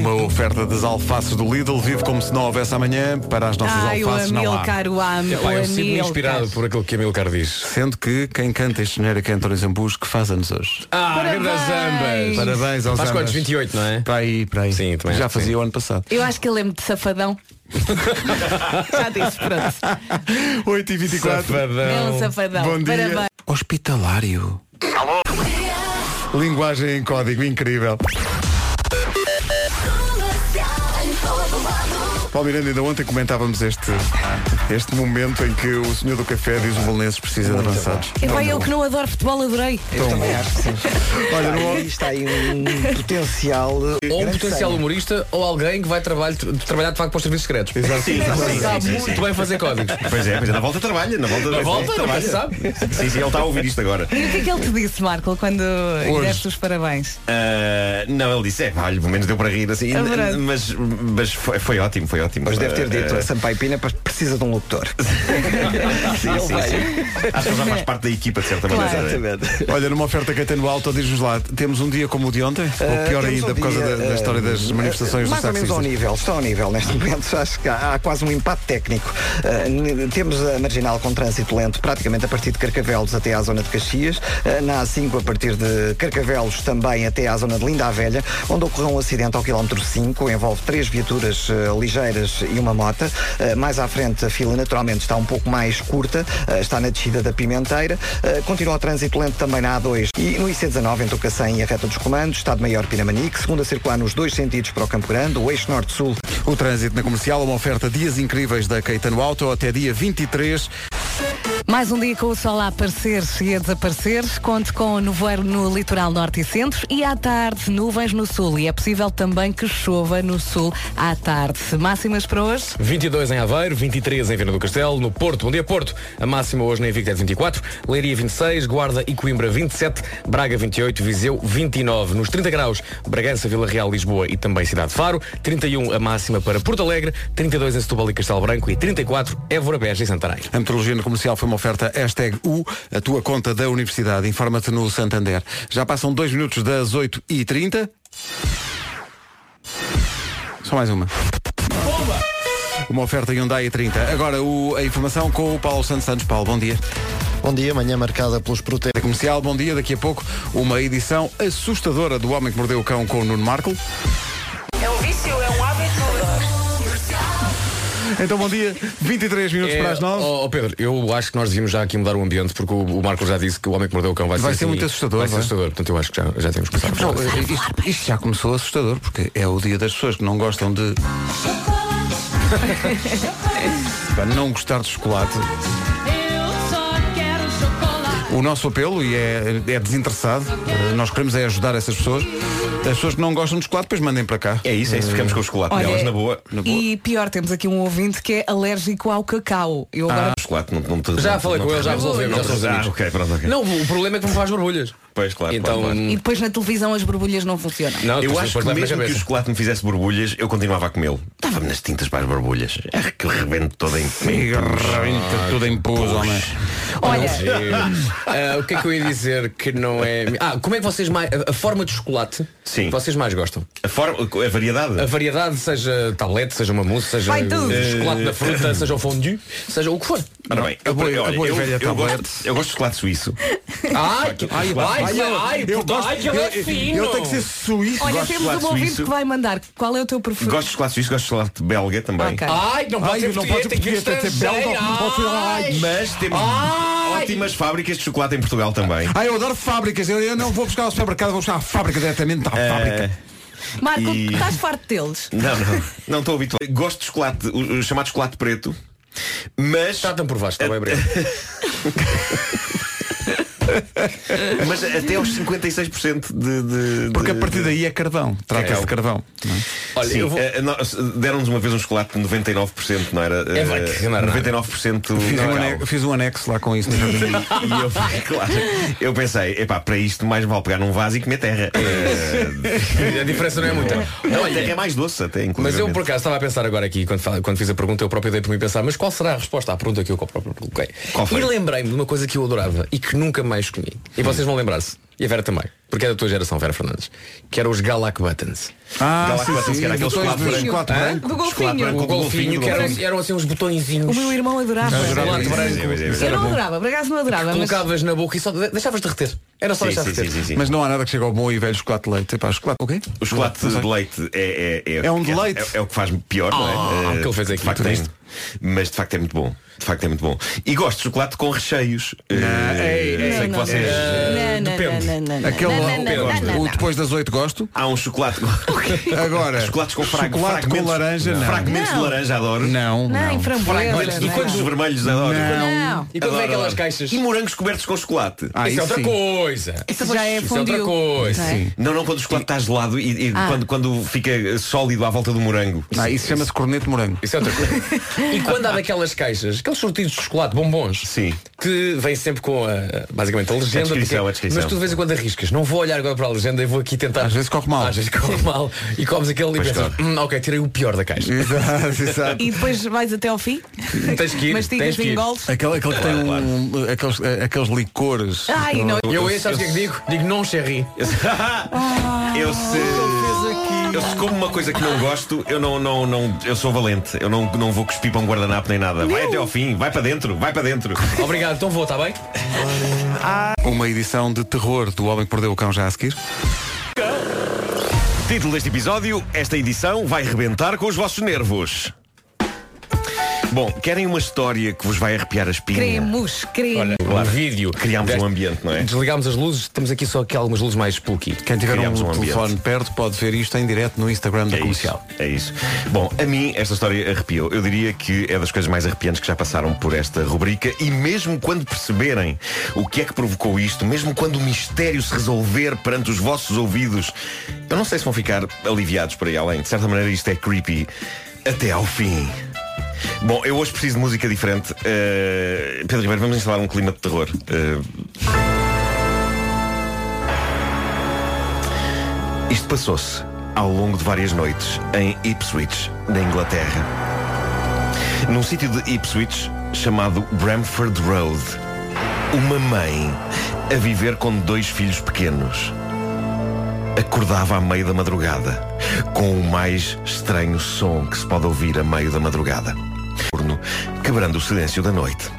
B: Uma oferta das alfaces do Lidl. Vive como se não houvesse amanhã. Para as nossas
D: Ai, o
B: alfaces não há.
D: Amilcar, o
H: é-
D: amo.
G: Epá, eu
D: o
G: sinto-me
D: Amilcar.
G: inspirado por aquilo que Amilcar diz.
B: Sendo que quem canta este genérico é António Zambujo, que faz anos hoje.
G: Ah,
D: Parabéns!
G: grandes ambas!
B: Parabéns aos
G: Faz
B: ambas.
G: quantos? 28, não é?
B: Para aí, para aí.
G: Sim, também
B: Já
G: acho que
B: fazia o ano passado.
D: Eu acho que ele lembro de safadão. Já disse, pronto.
B: 8h24.
D: É
G: Safadão.
D: um safadão.
B: Bom dia.
D: Parabéns.
B: Hospitalário.
I: É
B: Linguagem em código, incrível. Paulo Miranda, ainda ontem comentávamos este, este momento em que o senhor do café diz o Bolonenses precisa de avançados.
D: Epá, É eu que não adoro futebol, adorei.
C: Eu também acho que sim.
B: Olha,
C: Está
B: não-
C: aí- está aí um potencial. eh,
G: Ou um
C: grande
G: potencial
C: senha.
G: humorista ou alguém que vai trabalho- trabalhar de facto para os serviços secretos.
B: Exato.
H: Sim, sim, sim,
G: Sabe
H: sim,
G: muito
H: sim.
G: bem fazer códigos.
H: Pois é, pois é, na volta trabalha, na volta,
G: Na volta, nunca
H: trabalha.
G: se sabe.
H: Sim, sim, ele está a ouvir isto agora.
D: E o que é que ele te disse, Marco, quando lhe deste os parabéns?
H: Ah, não, ele disse, é, vale, pelo menos deu para rir assim.
D: É verdade.
H: mas mas foi, foi ótimo, foi ótimo.
C: Mas deve ter
H: Ah,
C: dito,
H: ah,
B: É,
C: a Sampaio Pina precisa de um locutor.
H: sim, sim, sim. Acho que ele já faz parte da equipa, de certa
D: Claro.
H: maneira. é?
C: Exatamente.
B: Olha, numa oferta que até no alto, diz-nos lá, temos um dia como o de ontem? Ou pior
C: temos
B: ainda,
C: um
B: por causa da,
C: dia,
B: da
C: eh,
B: história das manifestações dos
C: Mais ou menos ao
B: taxistas?
C: nível, está ao nível neste momento. Acho que há, há quase um impacto técnico. Uh, n- temos a marginal com trânsito lento praticamente a partir de Carcavelos até à zona de Caxias. Uh, na A5 a partir de Carcavelos também até à zona de Linda a Velha, onde ocorreu um acidente ao quilómetro 5, envolve três viaturas uh, ligeiras e uma mota. Uh, mais à frente a fila naturalmente está um pouco mais curta, uh, está na descida da Pimenteira. Uh, continua o trânsito lento também na A2 e no IC19 entre o Cacém e a reta dos comandos, Estado Maior Pinamanique, segunda circular nos dois sentidos para o Campo Grande, o eixo norte-sul
B: O trânsito na comercial, uma oferta dias incríveis da Caetano Auto até dia 23.
D: Mais um dia com o sol a aparecer e a desaparecer. Conte com nevoeiro no litoral norte e centro e à tarde nuvens no sul. E é possível também que chova no sul à tarde. Máximas para hoje?
G: 22 em Aveiro, 23 em Viana do Castelo, no Porto. Bom dia, Porto. A máxima hoje na Invicta é de 24, Leiria 26, Guarda e Coimbra 27, Braga 28, Viseu 29. Nos 30 graus, Bragança, Vila Real, Lisboa e também Cidade de Faro. 31 a máxima para Porto Alegre, 32 em Setúbal e Castelo Branco e 34 Évora, Beja e Santarém.
B: A metrologia no comercial foi uma oferta hashtag U, a tua conta da universidade. Informa-te no Santander. Já passam dois minutos das 8h30. Só mais uma. Uma oferta Hyundai e30. Agora o- a informação com o Paulo Santos Santos. Paulo, bom dia.
A: Bom dia, manhã marcada pelos protestos.
B: Da comercial, bom dia. Daqui a pouco uma edição assustadora do Homem que Mordeu o Cão com o Nuno Marco.
J: É um vício, é um hábito.
B: Então bom dia. 23 minutos para as 9.
G: Oh, oh, Pedro, eu acho que nós devíamos já aqui mudar o ambiente porque o, o Marco já disse que o homem que mordeu o cão vai,
B: Vai
G: ser,
B: ser
G: assim-
B: muito assustador,
G: Vai ser
B: vai?
G: assustador, portanto eu acho que já, já temos que começar.
B: Não, isto, isto já começou assustador, porque é o dia das pessoas que não gostam de. Para não gostar de chocolate.
J: Eu
B: O nosso apelo, e é, é desinteressado, eh, nós queremos é ajudar essas pessoas. As pessoas que não gostam de chocolate, depois mandem para cá.
H: É isso, é isso. Ficamos com o chocolate
D: Olha,
H: delas, na boa. Na boa.
D: E pior, temos aqui um ouvinte que é alérgico ao cacau. Eu agora.
H: Ah, chocolate, não, não te,
G: Já
H: não-
G: falei
H: não
G: com
H: te-
G: ele, já
H: não te-
G: resolvemos,
H: não
G: já
H: te-
G: resolvemos.
H: Ah, ok, pronto, ok.
G: Não, o problema é que me faz borbulhas.
H: Pois, claro.
G: Então,
H: claro, claro.
D: E depois na televisão as borbulhas não funcionam.
G: Não,
H: eu
G: depois
H: acho
G: depois
H: que
G: leva na
H: mesmo que
G: cabeça.
H: o chocolate me fizesse borbulhas, eu continuava a comê-lo. Estava-me nas tintas para as borbulhas. É que eu rebento toda
B: E
H: em
B: rebenta tudo em pus, homem.
D: Olha,
G: Ah, o que é que eu ia dizer que não é. Ah, como é que vocês mais. A forma de chocolate
H: Sim.
G: que vocês mais gostam?
H: A, forma, a variedade.
G: A variedade, seja tablete, seja uma mousse, seja
D: Vai tudo.
G: eh, chocolate na fruta, seja o fondue, seja o que for.
H: Ora bem, eu,
B: boa-
H: olha,
B: a boa e
H: eu-
B: velha
H: eu
B: tablete.
H: gosto, eu gosto de chocolate suíço.
G: Ai,
H: ai,
G: ai, ai, ai,
B: eu
G: puta,
B: gosto-
G: ai, que ele é fino.
B: Eu tenho que ser suíço.
D: olha
H: gosto de
D: temos
H: chocolate
D: um ouvinte
H: suíço.
D: que vai mandar. Qual é o teu preferido?
H: Gosto Ah, de chocolate suíço, gosto de chocolate belga também.
D: Ok.
G: Ai, não pode
B: Ai,
G: ser
B: não
G: português,
B: pode
G: tem que
B: ser português, tem que ser
G: estrangeiro.
B: belga, não pode ser- ai,
G: Ai.
H: Mas temos
G: Ai.
H: ótimas fábricas de chocolate em Portugal também.
B: Ah, eu adoro fábricas. Eu, eu não vou buscar ao supermercado, vou buscar à fábrica diretamente à fábrica.
D: Marco,
H: E-
D: estás farto deles?
H: Não, não, não estou habituado. Gosto de chocolate, o, o chamado chocolate preto, mas,
G: Tratam por Vasco, está bem, Breno.
H: mas até aos 56% de, de, de.
B: Porque a partir daí é carvão. Trata-se de carvão. não é?
G: Olha,
H: Sim,
G: eu vou.
H: eh, nós- deram-nos uma vez um chocolate de 99%, não era?
G: É, vai, que não era nada.
H: 99%
B: Fiz, um
H: cacau.
B: anexo, fiz um anexo lá com isso.
H: E eu, claro, eu pensei, epá, para isto mais vale pegar num vaso e comer terra. Eh,
G: A diferença não é muita.
H: não, a
G: Olha,
H: terra é mais doce até, inclusive.
G: Mas eu por acaso estava a pensar agora aqui, quando, fal- quando fiz a pergunta, eu próprio dei por mim pensar, mas qual será a resposta à pergunta que eu próprio coloquei?
H: Qual foi? Hum.
G: E lembrei-me de uma coisa que eu adorava e que nunca mais comi. E vocês vão lembrar-se, e a Vera também, porque é da tua geração, Vera Fernandes, que eram os Galac Buttons.
B: Ah,
H: Galaxy Buttons, que era aquele
B: Depois
H: chocolate
B: do
H: branco. Ah.
B: chocolate
G: Hã?
B: branco.
D: Do
H: Chocolate branco
D: golfinho.
G: O
H: com golfinho,
G: golfinho, que eram,
H: golfinho.
G: eram assim uns botõezinhos.
D: O meu irmão adorava.
G: um
H: é,
G: Chocolate branco.
H: Sim,
D: Eu não adorava, por acaso não
G: um
D: adorava. Mas...
G: Colocavas na boca e só de- deixavas derreter. Era só deixar
H: sim,
G: derreter.
H: sim, sim, sim.
B: Mas não há nada que chegue ao bom e velho chocolate de leite. Epá, chocolate o quê?
H: O chocolate de leite é, é,
B: É um deleite.
H: É, é o que faz pior, não
G: Ah,
H: é? Eh,
G: o que ele fez aqui,
H: de facto,
G: tu
H: tem-
G: viste?
H: mas de facto é muito bom. De facto é muito bom. E gosto de chocolate com recheios.
B: Ah,
H: Eh,
D: Não,
H: sei que
D: não,
H: vocês.
D: não, não,
G: eh, depende.
D: não, não, não, não.
B: Aquele
D: Não, não, não, não,
B: o
D: não,
B: depois das oito gosto.
H: Há um chocolate.
B: Agora,
H: Chocolates com frag-
B: chocolate com
H: fragmentos.
B: laranja, não.
H: Fragmentos de
D: Não.
H: laranja, adoro.
B: Não,
D: não. Não, em
B: não.
D: framboesa.
H: Fragmentos de
D: não.
H: quantos vermelhos, adoro.
D: Não.
G: E quando vem
H: Adoro,
G: aquelas
H: adoro.
G: caixas?
H: E morangos cobertos com chocolate.
B: Ah,
G: Isso é outra
B: sim.
G: coisa.
D: Já é
G: Isso é
D: fundiu.
G: outra coisa.
D: Ok.
H: Não, não, quando o chocolate está gelado e,
G: Ah.
H: e quando, quando fica sólido à volta do morango.
B: Ah, isso chama-se corneto de morango.
G: Isso é outra coisa. e quando há daquelas caixas, aqueles sortidos de chocolate, bombons,
H: Sim.
G: que vem sempre com a, basicamente a legenda.
H: A descrição,
G: porque-
H: a descrição.
G: Mas tu de vez em quando arriscas. Não vou olhar agora para a legenda e vou aqui tentar.
B: Às vezes corre mal.
G: Às vezes corre mal. E comes aquele e pensas, "Hum, ok, tirei o pior da caixa.
B: Exato, exato.
D: E depois vais até ao fim?
G: Tens que ir,
D: Mastigas
G: tens que ir.
D: em goles?
B: Aquele, aquele que tem um, aqueles, aqueles licores.
D: Ai, não.
G: E eu esse, sabes o que é que digo? Digo não cherry.
H: Eu se, eu se como uma coisa que não gosto, eu não, não, não, eu sou valente. Eu não, não vou cuspir para um guardanapo nem nada. Vai até ao fim, vai para dentro, vai para dentro.
G: Obrigado, então vou, está bem?
B: Uma edição de terror do Homem que Perdeu o Cão já a seguir.
H: Título deste episódio, esta edição vai rebentar com os vossos nervos. Bom, querem uma história que vos vai arrepiar a espinha?
D: Queremos, queremos.
G: Um vídeo.
H: Criámos um ambiente, não é?
G: Desligámos as luzes, temos aqui só aqui algumas luzes mais spooky.
B: Quem tiver um,
H: Criamos um ambiente.
B: telefone perto pode ver isto em direto no Instagram da comercial.
H: Isso, é isso. Bom, a mim esta história arrepiou. Eu diria que é das coisas mais arrepiantes que já passaram por esta rubrica e mesmo quando perceberem o que é que provocou isto, mesmo quando o mistério se resolver perante os vossos ouvidos, eu não sei se vão ficar aliviados por aí além. De certa maneira isto é creepy até ao fim. Bom, eu hoje preciso de música diferente. Eh, Pedro Ribeiro, vamos instalar um clima de terror. Eh, isto passou-se ao longo de várias noites em Ipswich, na Inglaterra. Num sítio de Ipswich chamado Bramford Road. Uma mãe a viver com dois filhos pequenos acordava à meio da madrugada, com o mais estranho som que se pode ouvir a meio da madrugada. Corno, Quebrando o silêncio da noite.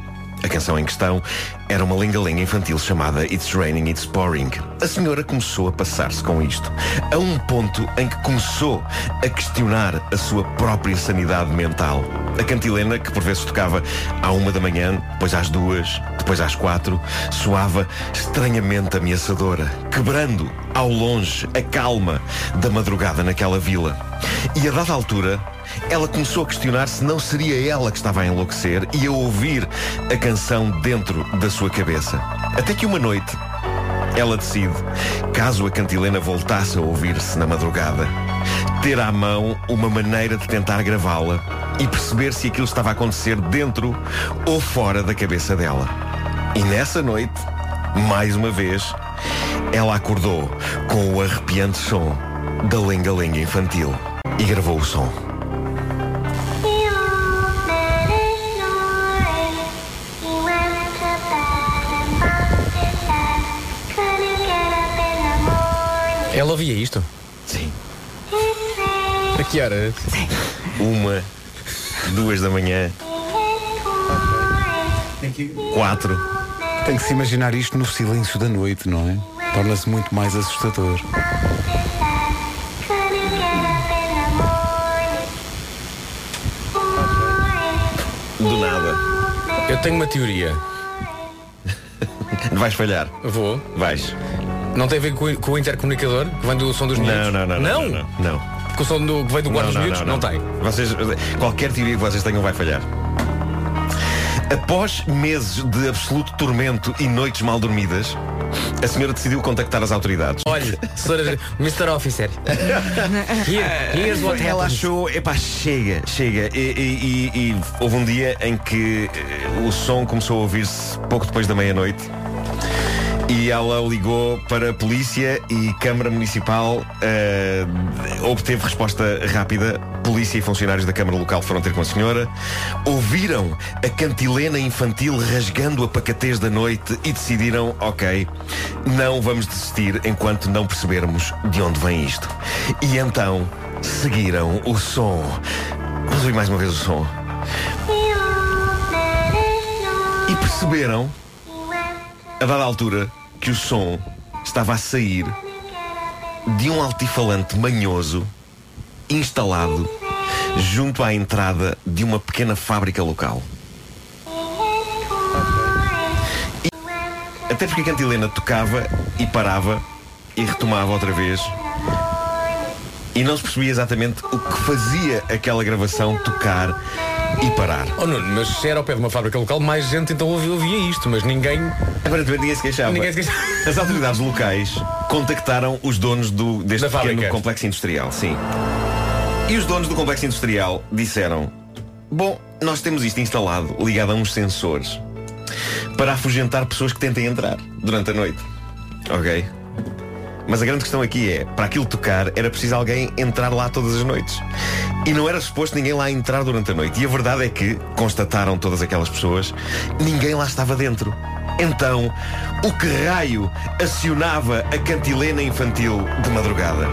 H: A canção em questão era uma lenga-lenga infantil chamada It's Raining, It's Pouring. A senhora começou a passar-se com isto, a um ponto em que começou a questionar a sua própria sanidade mental. A cantilena, que por vezes tocava à uma da manhã, depois às duas, depois às quatro, soava estranhamente ameaçadora, quebrando ao longe a calma da madrugada naquela vila. E a dada altura, Ela começou a questionar se não seria ela que estava a enlouquecer e a ouvir a canção dentro da sua cabeça. Até que uma noite, ela decide, caso a cantilena voltasse a ouvir-se na madrugada, ter à mão uma maneira de tentar gravá-la e perceber se aquilo estava a acontecer dentro ou fora da cabeça dela. E nessa noite, mais uma vez, ela acordou com o arrepiante som da lenga-lenga infantil e gravou o som.
G: Ela ouvia isto?
H: Sim.
G: A que horas?
H: Uma, duas da manhã, quatro.
B: Tem que se imaginar isto no silêncio da noite, não é? Torna-se muito mais assustador.
H: Do nada.
G: Eu tenho uma teoria.
H: Vais falhar.
G: Vou.
H: Vais.
G: Não tem a ver com, o- com o intercomunicador que vem do som dos miúdos?
H: Não, não, não.
G: Não?
H: Não? Não. não.
G: Com o som do, que vem do guarda dos
H: Não, não,
G: miúdos? Não,
H: não, não.
G: tem.
H: Vocês, qualquer teoria que vocês tenham vai falhar. Após meses de absoluto tormento e noites mal dormidas, a senhora decidiu contactar as autoridades.
G: Olha, senhora, Mr. Officer. Here, here's what
H: Ela
G: happened.
H: achou, epá, chega, chega. E, e- e- e houve um dia em que eh, o som começou a ouvir-se pouco depois da meia-noite. E ela ligou para a polícia e Câmara Municipal eh, obteve resposta rápida. Polícia e funcionários da Câmara Local foram ter com a senhora. Ouviram a cantilena infantil rasgando a pacatez da noite e decidiram, ok, não vamos desistir enquanto não percebermos de onde vem isto. E então seguiram o som. Vamos ouvir mais uma vez o som. E perceberam a dada altura que o som estava a sair de um altifalante manhoso instalado junto à entrada de uma pequena fábrica local. E- até porque a cantilena tocava e parava e retomava outra vez. E não se percebia exatamente o que fazia aquela gravação tocar e parar.
G: Oh Nuno, mas se era ao pé de uma fábrica local, mais gente então ouvia, ouvia isto, mas ninguém.
H: Aparentemente ninguém se queixava.
G: Ninguém se queixava.
H: As autoridades locais contactaram os donos do, deste
G: Da
H: pequeno
G: fábrica.
H: complexo industrial. Sim. E os donos do complexo industrial disseram: Bom, nós temos isto instalado, ligado a uns sensores, para afugentar pessoas que tentem entrar durante a noite. Ok? Mas a grande questão aqui é: para aquilo tocar, era preciso alguém entrar lá todas as noites. E não era suposto ninguém lá entrar durante a noite. E a verdade é que, constataram todas aquelas pessoas, ninguém lá estava dentro. Então, o que raio acionava a cantilena infantil de madrugada?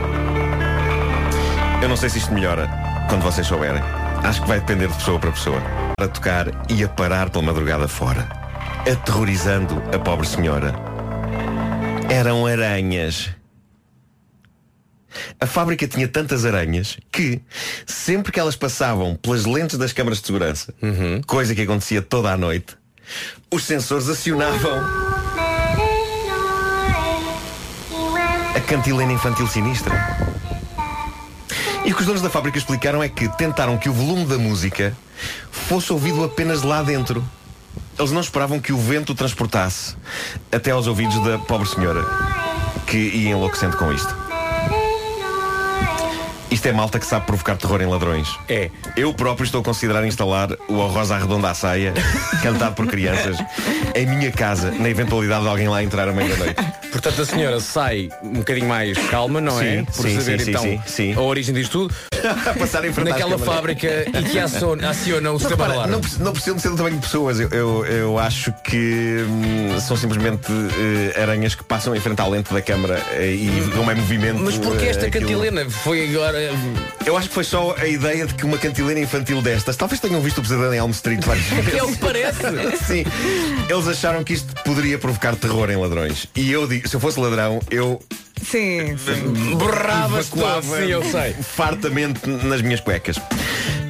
H: Eu não sei se isto melhora quando vocês souberem. Acho que vai depender de pessoa para pessoa. A tocar e a parar pela madrugada fora, aterrorizando a pobre senhora. Eram aranhas. A fábrica tinha tantas aranhas que, sempre que elas passavam pelas lentes das câmaras de segurança, coisa que acontecia toda a noite, os sensores acionavam a cantilena infantil sinistra. E o que os donos da fábrica explicaram é que tentaram que o volume da música fosse ouvido apenas lá dentro. Eles não esperavam que o vento o transportasse até aos ouvidos da pobre senhora, que ia enlouquecendo com isto. Isto é malta que sabe provocar terror em ladrões.
G: É.
H: Eu próprio estou a considerar instalar o A Rosa Arredonda à Saia, cantado por crianças, em minha casa, na eventualidade de alguém lá entrar à meia-noite.
G: Portanto, a senhora sai um bocadinho mais calma, não é?
H: Sim,
G: Por
H: sim,
G: saber
H: sim, sim,
G: então
H: sim, sim.
G: a origem disto tudo.
H: Passar em frente às
G: Naquela
H: câmaras.
G: fábrica e que aciona, aciona
H: Não,
G: o
H: repara,
G: sistema de alarme.
H: não, pre- não precisam de ser do tamanho de pessoas. Eu, eu, eu acho que hum, são simplesmente eh, aranhas que passam em frente à lente da câmara eh, e não é movimento.
G: Mas porque
H: eh,
G: esta
H: aquilo.
G: cantilena foi agora. é
H: Eu acho que foi só a ideia de que uma cantilena infantil destas, talvez tenham visto o pesadelo em Elm Street várias vezes.
G: É o que parece!
H: Sim, eles acharam que isto poderia provocar terror em ladrões. E eu digo, se eu fosse ladrão, eu
D: Sim.
G: Borrava-se todo,
H: evacuava
G: sim, eu sei.
H: fartamente nas minhas cuecas.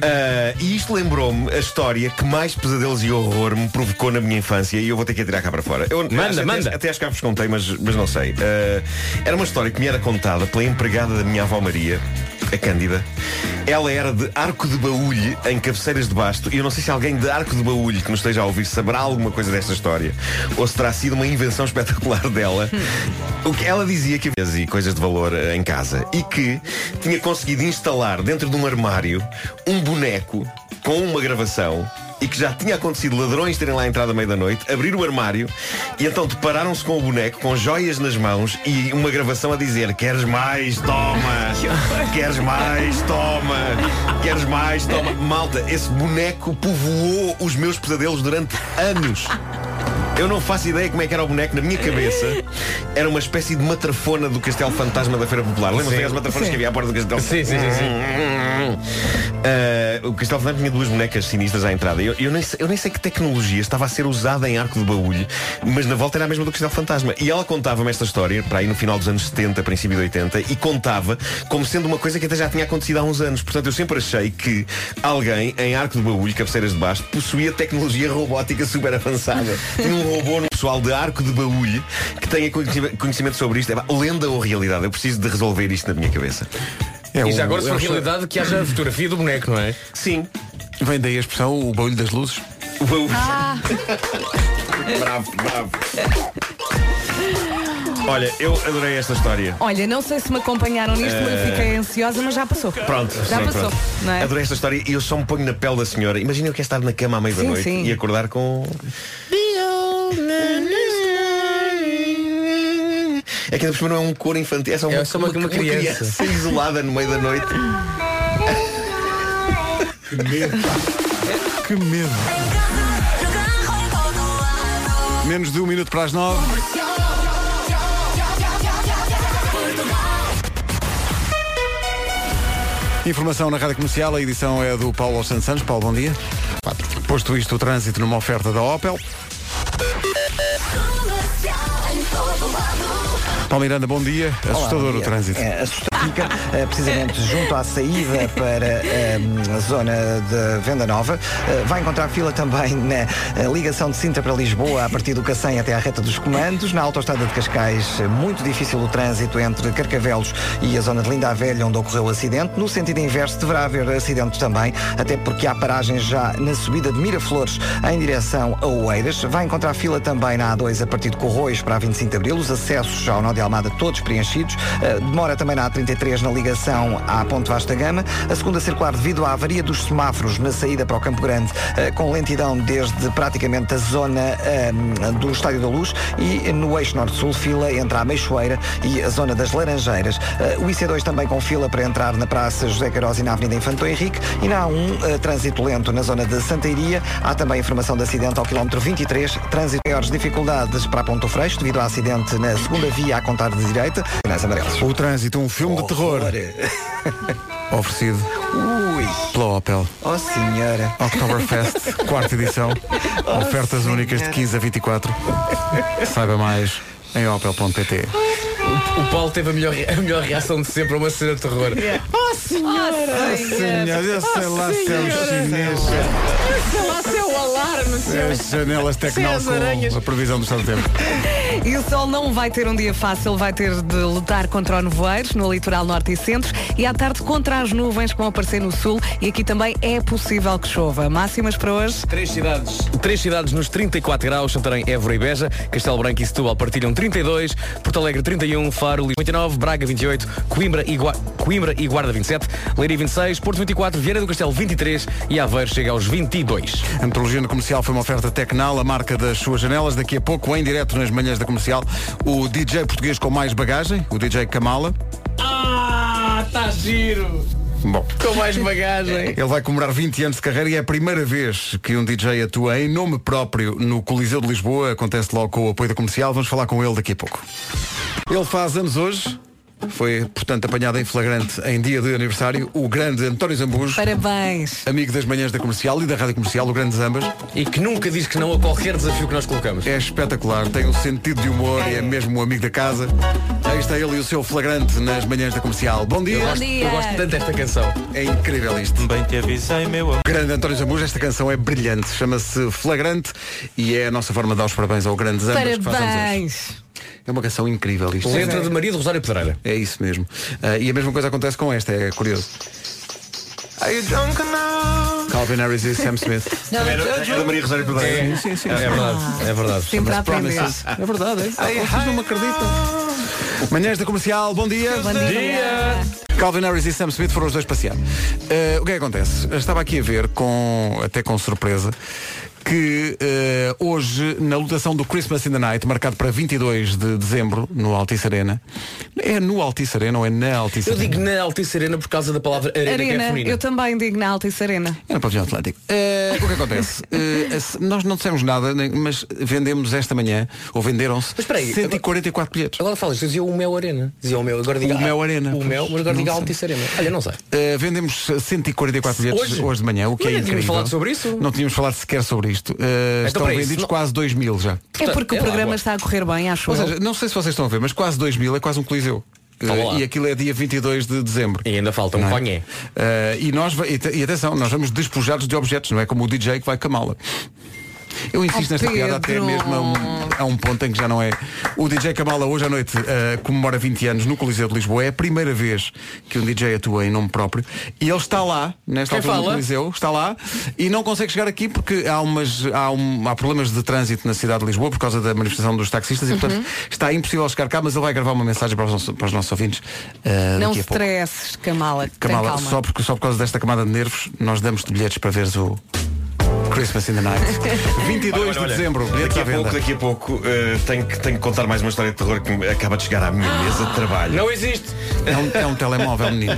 H: Ah, e isto lembrou-me a história que mais pesadelos e horror me provocou na minha infância e eu vou ter que a tirar cá para fora. Eu,
G: Manda,
H: acho que
G: manda.
H: Até, até acho que já vos contei, mas, mas não sei. Ah, era uma história que me era contada pela empregada da minha avó Maria, a Cândida. Ela era de arco de baúlho em cabeceiras de basto e eu não sei se alguém de arco de baúlho que nos esteja a ouvir saberá alguma coisa desta história ou se terá sido uma invenção espetacular dela. O que ela dizia que havia e coisas de valor eh, em casa e que tinha conseguido instalar dentro de um armário um boneco com uma gravação e que já tinha acontecido ladrões terem lá entrado à meia-da-noite, abrir o armário e então depararam-se com o boneco, com joias nas mãos e uma gravação a dizer queres mais, toma! queres mais, toma! Queres mais, toma! Malta, esse boneco povoou os meus pesadelos durante anos. Eu não faço ideia como é que era o boneco na minha cabeça. Era uma espécie de matrafona do Castelo Fantasma da Feira Popular. Lembra-se
G: Sim.
H: das matrafonas
G: Sim.
H: que havia à porta do Castelo
G: Sim, sim, sim, sim.
H: Uh, o Castelo Fernandes tinha duas bonecas sinistras à entrada. Eu, eu nem, sei- eu nem sei que tecnologia estava a ser usada em arco de baúlho, mas na volta era a mesma do Castelo Fantasma. E ela contava-me esta história, para aí no final dos anos 70, princípio de 80, e contava como sendo uma coisa que até já tinha acontecido há uns anos. Portanto, eu sempre achei que alguém em arco de baúlho, cabeceiras de baixo, possuía tecnologia robótica super avançada. Tinha um robô no pessoal de arco de baúlho que tenha conhecimento- conhecimento sobre isto. É pá, lenda ou realidade? Eu preciso de resolver isto na minha cabeça.
B: É
G: e já
B: um-
G: agora se
B: é
G: for
B: um-
G: realidade que haja a fotografia do boneco, não é?
H: Sim.
B: Vem daí a expressão o barulho das luzes.
H: O baúlho.
J: Ah,
H: Bravo, bravo. Olha, eu adorei esta história.
D: Olha, não sei se me acompanharam nisto, mas
G: Eh.
D: eu fiquei ansiosa, mas já passou.
H: Pronto,
D: Já
H: sim,
D: passou,
H: pronto.
D: não é?
H: Adorei esta história e eu só me ponho na pele da senhora. Imagina eu que é estar na cama à meia da
D: Sim,
H: noite
D: sim.
H: e acordar com. É que ainda por cima não é um cor infantil, é só uma,
G: É só uma- uma criança.
H: isolada no meio da noite.
B: Que medo. Menos de um minuto para as nove. Informação na Rádio Comercial, a edição é do Paulo Santos Santos. Paulo, bom dia. Posto isto, o trânsito numa oferta da Opel. Paulo Miranda, bom dia. Assustador
C: bom
B: o
C: dia.
B: trânsito.
C: É, assustador. Fica eh, precisamente junto à saída para eh, a zona de Venda Nova. Eh, vai encontrar fila também na eh, ligação de Sintra para Lisboa, a partir do Cacém até à reta dos comandos. Na autoestrada de Cascais, eh, muito difícil o trânsito entre Carcavelos e a zona de Linda a Velha, onde ocorreu o acidente. No sentido inverso, deverá haver acidentes também, até porque há paragens já na subida de Miraflores em direção a Oeiras. Vai encontrar fila também na A2 a partir de Corroios para a 25 de Abril. Os acessos ao Nó de Almada todos preenchidos. Eh, Demora também na A33 na ligação à Ponte Vasta Gama. A segunda circular devido à avaria dos semáforos na saída para o Campo Grande, eh, com lentidão desde praticamente a zona eh, do Estádio da Luz e no eixo norte-sul fila entre a Meixoeira e a zona das Laranjeiras. Eh, O IC2 também com fila para entrar na Praça José Queiroz e na Avenida Infanto Henrique e na A1 eh, trânsito lento na zona de Santa Iria. Há também informação de acidente ao quilómetro 23, trânsito maiores dificuldades para Ponto Freixo devido ao acidente na segunda via a contar de direita, nas amarelas.
B: O trânsito, um filme
C: Oh,
B: de terror. Oferecido
C: Ui,
B: pela Opel.
C: oh senhora.
B: Oktoberfest, quarta edição.
C: Oh,
B: Ofertas únicas de 15 a 24. Saiba mais em opel.pt.
G: O Paulo teve a melhor, a melhor reação de sempre a uma cena de terror.
D: Oh, senhora! Oh,
B: Senhor, eu
D: Ah,
B: sei lá se é o chinês.
D: Sei lá se é o alarme,
B: É as janelas Tecnal
D: Sim, as aranhas.
B: com a previsão do estado do tempo.
D: E o sol não vai ter um dia fácil, vai ter de lutar contra o nevoeiros no litoral norte e centro e à tarde contra as nuvens que vão aparecer no sul e aqui também é possível que chova. Máximas para hoje?
G: Três cidades. Três cidades nos 34 graus, Santarém, Évora e Beja, Castelo Branco e Setúbal partilham 32, Porto Alegre 31, Faro, Lisboa 29, Braga 28, Coimbra e, Gua- Coimbra e Guarda 27, Leiria 26, Porto 24, Vieira do Castelo 23 e Aveiro chega aos 22.
B: A metrologia no comercial foi uma oferta Tecnal, a marca das suas janelas. Daqui a pouco, em direto nas manhãs da comercial, o DJ português com mais bagagem, o DJ Kamala.
G: Ah, tá giro!
B: Bom,
G: Com mais bagagem.
B: ele vai comemorar 20 anos de carreira e é a primeira vez que um DJ atua em nome próprio no Coliseu de Lisboa. Acontece logo com o apoio da comercial. Vamos falar com ele daqui a pouco. Ele faz anos hoje. Foi, portanto, apanhado em flagrante em dia de aniversário o grande António Zambujo,
D: Parabéns!
B: amigo das manhãs da comercial e da rádio comercial, o grande Zambas.
G: E que nunca diz que não a qualquer desafio que nós colocamos.
B: É espetacular, tem um sentido de humor e é mesmo um amigo da casa. A está ele e o seu flagrante nas manhãs da comercial. Bom dia.
D: Bom
B: Eu gosto-
D: dia.
B: Eu gosto tanto desta canção. É incrível isto. Bem te avisei, meu amor. Grande António Zambuja, esta canção é brilhante. Chama-se Flagrante e é a nossa forma de dar os parabéns ao grande Zambas que faz anos hoje.
D: Parabéns.
B: É uma canção incrível isto.
G: Letra
B: É.
G: de Maria do Rosário Pedreira.
B: É isso mesmo. Ah, e a mesma coisa acontece com esta, é curioso. Calvin Harris e Sam Smith.
H: Não, Era- eu- era da Maria Rosário Pedreira.
B: É, sim, sim,
H: É
B: sim.
H: verdade,
B: é verdade.
H: Sempre a
B: Chama-se
H: aprender.
B: Promises. É verdade, é. Vocês não me acreditam. Manhãs da Comercial, bom dia.
H: Bom dia. Dia.
B: Calvin Harris e Sam Smith foram os dois passear. Eh, o que é que acontece? Eu estava aqui a ver, com, até com surpresa, que eh, hoje, na lotação do Christmas in the Night, marcado para 22 de dezembro, no Altice Arena, é no Altice Arena ou é na Altice
G: Eu
B: Arena?
G: digo na Altice Arena por causa da palavra arena, que é
D: Arena,
G: feminina.
D: eu também digo na Alta e Serena.
B: É no pavilhão Atlântico. Eh, o que acontece? Eh, se- nós não dissemos nada, nem- mas vendemos esta manhã, ou venderam-se,
G: Mas espera aí,
B: 144 bilhetes.
G: Agora falas, dizia o Mel Arena. Dizia o Mel, agora diga
B: O Mel Arena.
G: O Mel, mas agora
B: Não
G: diga
B: sei.
G: Altice Arena. Olha, não sei.
B: Uh, vendemos 144 bilhetes hoje,
G: Hoje?
B: de manhã, o que
G: Mas
B: é
G: não tínhamos
B: incrível.
G: falado sobre isso?
B: Não tínhamos falado sequer sobre isto. Uh,
G: Então,
B: estão
G: peraí,
B: vendidos
G: se não-
B: quase 2 mil já.
D: é porque o programa está a correr bem, acho
B: Ou
D: eu.
B: seja, não sei se vocês estão a ver, mas quase 2 mil é quase um coliseu.
G: Fala
B: Uh,
G: Então, lá.
B: e aquilo é dia 22 de dezembro.
G: E ainda falta um
B: Não é?
G: conhé.
B: Uh, e, nós, va- e, te- e atenção, nós vamos despojados de objetos, não é como o DJ que vai com a mala. Eu insisto
H: Oh,
B: nesta piada até
H: Pedro.
B: mesmo a um, a um ponto em que já não é. O DJ Kamala hoje à noite uh, comemora 20 anos no Coliseu de Lisboa. É a primeira vez que um DJ atua em nome próprio. E ele está lá, nesta
G: Quem
B: altura do
G: fala?
B: Coliseu, está lá e não consegue chegar aqui porque há, umas, há, um- há problemas de trânsito na cidade de Lisboa por causa da manifestação dos taxistas e, portanto,
D: Uhum.
B: está impossível chegar cá, mas ele vai gravar uma mensagem para os, nossos- para os nossos ouvintes. uh,
D: não
B: daqui a pouco.
D: stresses, Kamala. Tem
B: Kamala,
D: calma.
B: só, porque, só por causa desta camada de nervos, nós damos-te bilhetes para veres o Christmas in the Night. 22
H: Olha, olha,
B: de
H: olha,
B: dezembro, bilhetes
H: Daqui
B: à
H: a pouco,
B: venda.
H: daqui a pouco eh, tenho, que, tenho que contar mais uma história de terror que me acaba de chegar à minha mesa de trabalho.
G: Não existe.
B: É um, é um telemóvel, menino.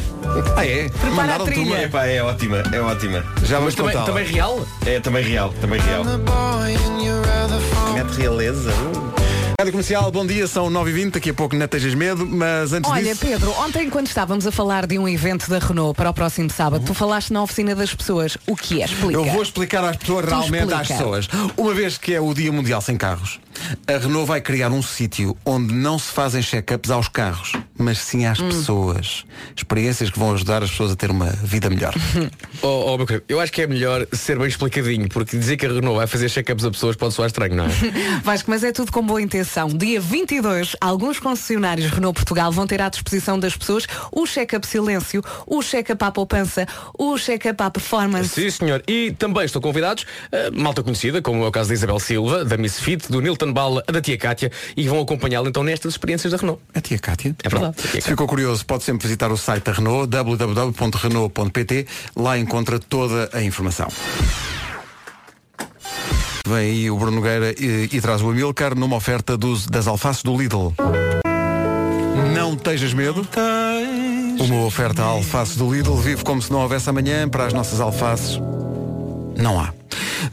B: Ah, é?
H: Mandaram-te uma? Epá, é ótima, é ótima.
B: Já vamos contá-la.
G: real?
H: É, também real, também real. Mete realeza. uh.
B: Rádio Comercial, bom dia, são 9h20, daqui a pouco não tejas medo, mas antes
D: Olha,
B: disso...
D: Pedro, ontem quando estávamos a falar de um evento da Renault para o próximo sábado, tu falaste na oficina das pessoas. O que é? Explica.
B: Uhum. Eu vou explicar às pessoas,
D: Tu
B: realmente às
D: explica.
B: pessoas. Uma vez que é o Dia Mundial Sem Carros, a Renault vai criar um sítio onde não se fazem check-ups aos carros, mas sim às pessoas. Experiências que vão ajudar as pessoas a ter uma vida melhor.
G: Oh, oh, meu querido, eu acho que é melhor ser bem explicadinho, porque dizer que a Renault vai fazer check-ups a pessoas pode soar estranho, não é?
D: Vasco, mas é tudo com boa intenção. Dia 22, alguns concessionários Renault Portugal vão ter à disposição das pessoas o check-up silêncio, o check-up à poupança, o check-up à performance.
G: Sim, senhor. E também estão convidados eh, malta conhecida, como é o caso da Isabel Silva, da Miss Fit, do Nilton Bala, da tia Cátia, e vão acompanhá-la então nestas experiências da Renault.
B: A tia Cátia?
G: É verdade.
B: Se ficou curioso, pode sempre visitar o site da Renault, www.renault.pt. Lá encontra toda a informação. Vem aí o Bruno Nogueira e, e traz o Amilcar numa oferta dos- das alfaces do Lidl. Não tejas medo. Uma oferta à alface do Lidl. Vive como se não houvesse amanhã para as nossas alfaces. Não há.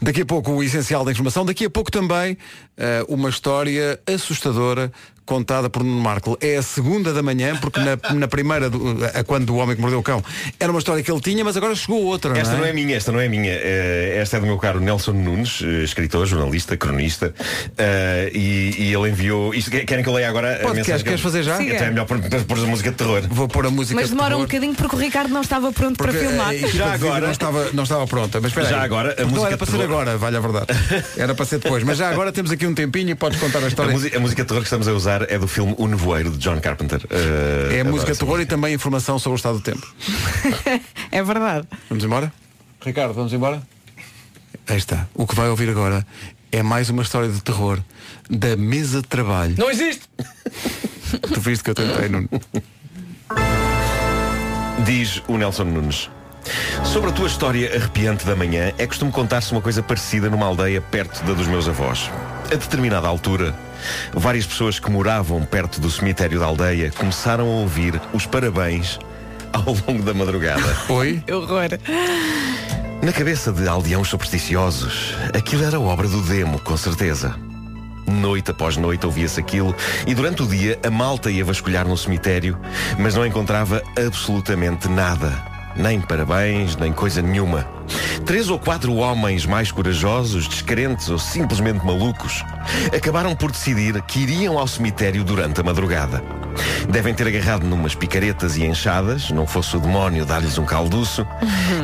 B: Daqui a pouco o essencial da informação. Daqui a pouco também eh, uma história assustadora contada por Nuno Marco. É a segunda da manhã, porque na, na primeira, do- eh, a quando do Homem que Mordeu o Cão, era uma história que ele tinha, mas agora chegou outra.
H: Esta
B: não é?
H: minha, esta não é minha. Eh, esta é do meu caro Nelson Nunes, eh, escritor, jornalista, cronista. eh, e, e ele enviou. Isto, que- querem que eu leia agora a
B: Pode,
H: mensagem?
B: queres-
H: que ele-
B: queres fazer já?
H: Então
D: Siga.
H: é melhor pôr pôr a música de terror.
B: Vou pôr a música
D: Mas demora um bocadinho porque o Ricardo não estava pronto
B: Porque,
J: é
D: para filmar.
B: eh, a equipa de vídeo Não estava, não estava pronta, mas espera aí.
H: Já agora, a
B: Porque Não
H: música
B: era para ser
H: terror.
B: agora, vale a verdade. Era para ser depois. Mas já agora temos aqui um tempinho e podes contar a
H: A,
B: história.
H: música- a música de terror que estamos a usar é do filme O Nevoeiro, de John Carpenter. Eh,
B: É a
H: adoro
B: música de
H: essa
B: terror e também informação sobre o estado do tempo.
D: É verdade.
B: Vamos embora? Ricardo, vamos embora? Aí está. O que vai ouvir agora é mais uma história de terror da mesa de trabalho.
G: Não existe!
B: Tu viste que eu tentei, Nuno.
H: Diz o Nelson Nunes. Sobre a tua história arrepiante da manhã, é costume contar-se uma coisa parecida numa aldeia perto da dos meus avós. A determinada altura, várias pessoas que moravam perto do cemitério da aldeia começaram a ouvir os parabéns ao longo da madrugada.
B: Oi?
D: Horror.
H: Na cabeça de aldeões supersticiosos, aquilo era obra do demo, com certeza. Noite após noite ouvia-se aquilo e durante o dia a malta ia vasculhar no cemitério, mas não encontrava absolutamente nada. Nem parabéns, nem coisa nenhuma. Três ou quatro homens mais corajosos, descrentes ou simplesmente malucos, acabaram por decidir que iriam ao cemitério durante a madrugada. Devem ter agarrado numas picaretas e enxadas, não fosse o demónio dar-lhes um calduço,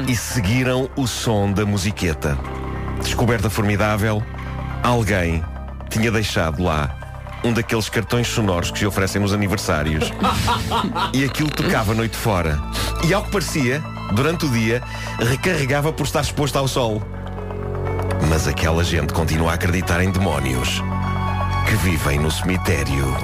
H: e seguiram o som da musiqueta. Descoberta formidável, alguém tinha deixado lá um daqueles cartões sonoros que se oferecem nos aniversários. E aquilo tocava noite fora. E ao que parecia, durante o dia, recarregava por estar exposto ao sol. Mas aquela gente continua a acreditar em demónios que vivem no cemitério.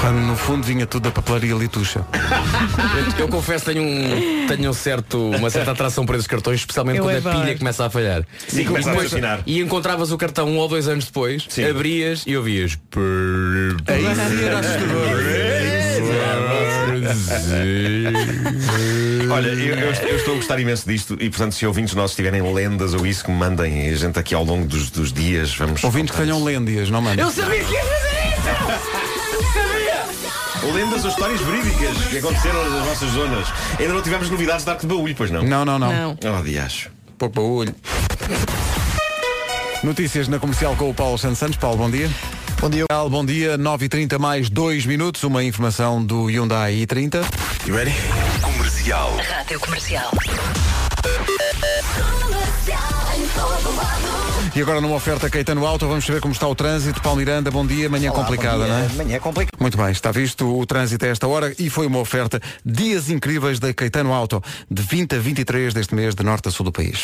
B: Quando no fundo vinha tudo da papelaria litucha.
G: Eu, eu confesso tenho um, tenho um certo, uma certa atração para esses cartões, especialmente
H: Eu
G: quando a
H: adoro.
G: pilha começa a falhar.
H: Sim,
G: E
H: começa a
G: depois-
H: alucinar.
G: E encontravas o cartão um ou dois anos depois, abrias e ouvias.
H: Olha, eu, eu- eu estou a gostar imenso disto e, portanto, se ouvintes nossos tiverem lendas ou isso, que me mandem. A gente aqui ao longo dos, dos dias vamos.
B: Ouvintes que tenham lendas, não mandem.
J: sabia que ia fazer isso! Sabia!
H: Lendas ou histórias verídicas que aconteceram nas nossas zonas. Ainda não tivemos novidades de arte de baúlho, pois não?
B: Não, não, não.
H: Oh, diacho.
B: Pouco baúlho. Notícias na comercial com o Paulo Santos Santos. Paulo, bom dia. Bom dia. Paulo, bom dia. 9h30 mais 2 minutos. Uma informação do Hyundai i30. You ready?
J: Comercial. Rádio comercial.
B: E agora numa oferta Caetano Alto, vamos saber como está o trânsito. Paulo Miranda, bom dia. Manhã
K: Olá,
B: complicada,
K: bom dia.
B: não é?
K: Manhã complicada.
B: Muito bem, está visto o trânsito a esta hora e foi uma oferta Dias Incríveis da Caetano Auto, de 20 a 23 deste mês, de norte a sul do país.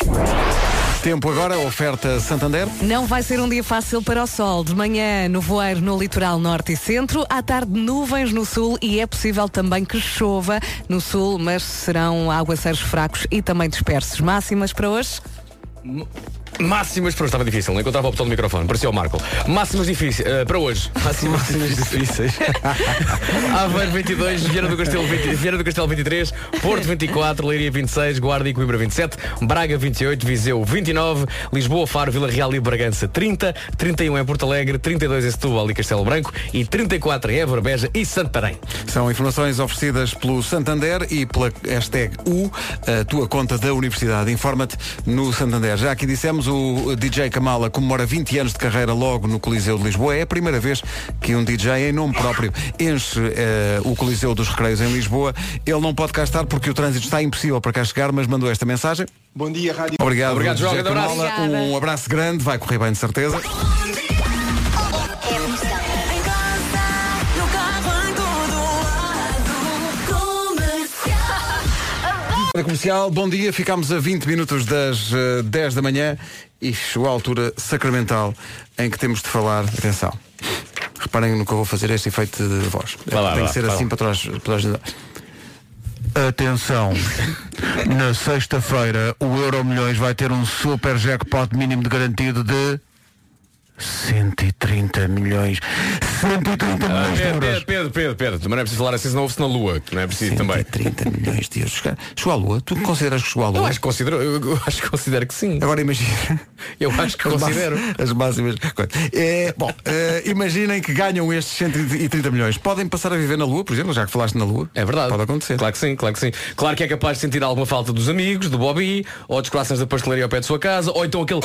B: Tempo agora, oferta Santander.
D: Não vai ser um dia fácil para o sol. De manhã, nevoeiro no litoral norte e centro. À tarde, nuvens no sul e é possível também que chova no sul, mas serão aguaceiros fracos e também dispersos. Máximas para hoje?
G: Máximas para hoje estava difícil, não encontrava o botão do microfone, parecia o Marco. Máximas difíceis eh, para hoje. Máximas, difíceis. Aveiro 22, Vieira do, Castelo 20, Vieira do Castelo 23, Porto 24, Leiria 26, Guarda e Coimbra 27, Braga 28, Viseu 29, Lisboa, Faro, Vila Real e Bragança 30, 31 em Porto Alegre, 32 em Setúbal e Castelo Branco e 34 em Évora, Beja e Santarém.
B: São informações oferecidas pelo Santander e pela hashtag U, a tua conta da universidade. Informa-te no Santander. Já aqui dissemos, o DJ Kamala comemora 20 anos de carreira logo no Coliseu de Lisboa. É a primeira vez que um DJ em nome próprio enche eh, o Coliseu dos Recreios em Lisboa. Ele não pode cá estar porque o trânsito está impossível para cá chegar, mas mandou esta mensagem.
L: Bom dia, Rádio.
B: Obrigado,
L: Obrigado, João.
B: DJ
L: Grande abraço.
B: Kamala.
L: Obrigada.
B: Um abraço grande, vai correr bem de certeza. Rádio Comercial, bom dia. Ficámos a 20 minutos das eh, 10 da manhã e chegou a altura sacramental em que temos de falar. Atenção. Reparem no que eu vou fazer este efeito de voz.
G: Vai lá,
B: Tem que
G: vai lá,
B: ser
G: vai
B: assim
G: lá.
B: para trás. Para trás da- Atenção, na sexta-feira o Euro Milhões vai ter um super jackpot mínimo de garantido de 130 milhões. 130
G: Ah,
B: milhões de
G: Pedro,
B: euros.
G: Pedro, Pedro, Pedro, Pedro, também não é preciso falar assim, senão ouve-se na Lua, não é preciso também.
B: 30 milhões de euros. Chegou à Lua? Tu consideras que chegou à Lua?
G: Eu acho que considero, eu, eu acho que considero que sim.
B: Agora imagina.
G: Eu acho que
B: As
G: considero.
B: máximas- As máximas. coisas. É, bom, eh, imaginem que ganham estes 130 milhões. Podem passar a viver na Lua, por exemplo, já que falaste na Lua.
G: É verdade. Pode
B: acontecer.
G: Claro que sim, claro que sim. Claro que é capaz de sentir alguma falta dos amigos, do Bobby, ou dos corações da pastelaria ao pé de sua casa, ou então aquele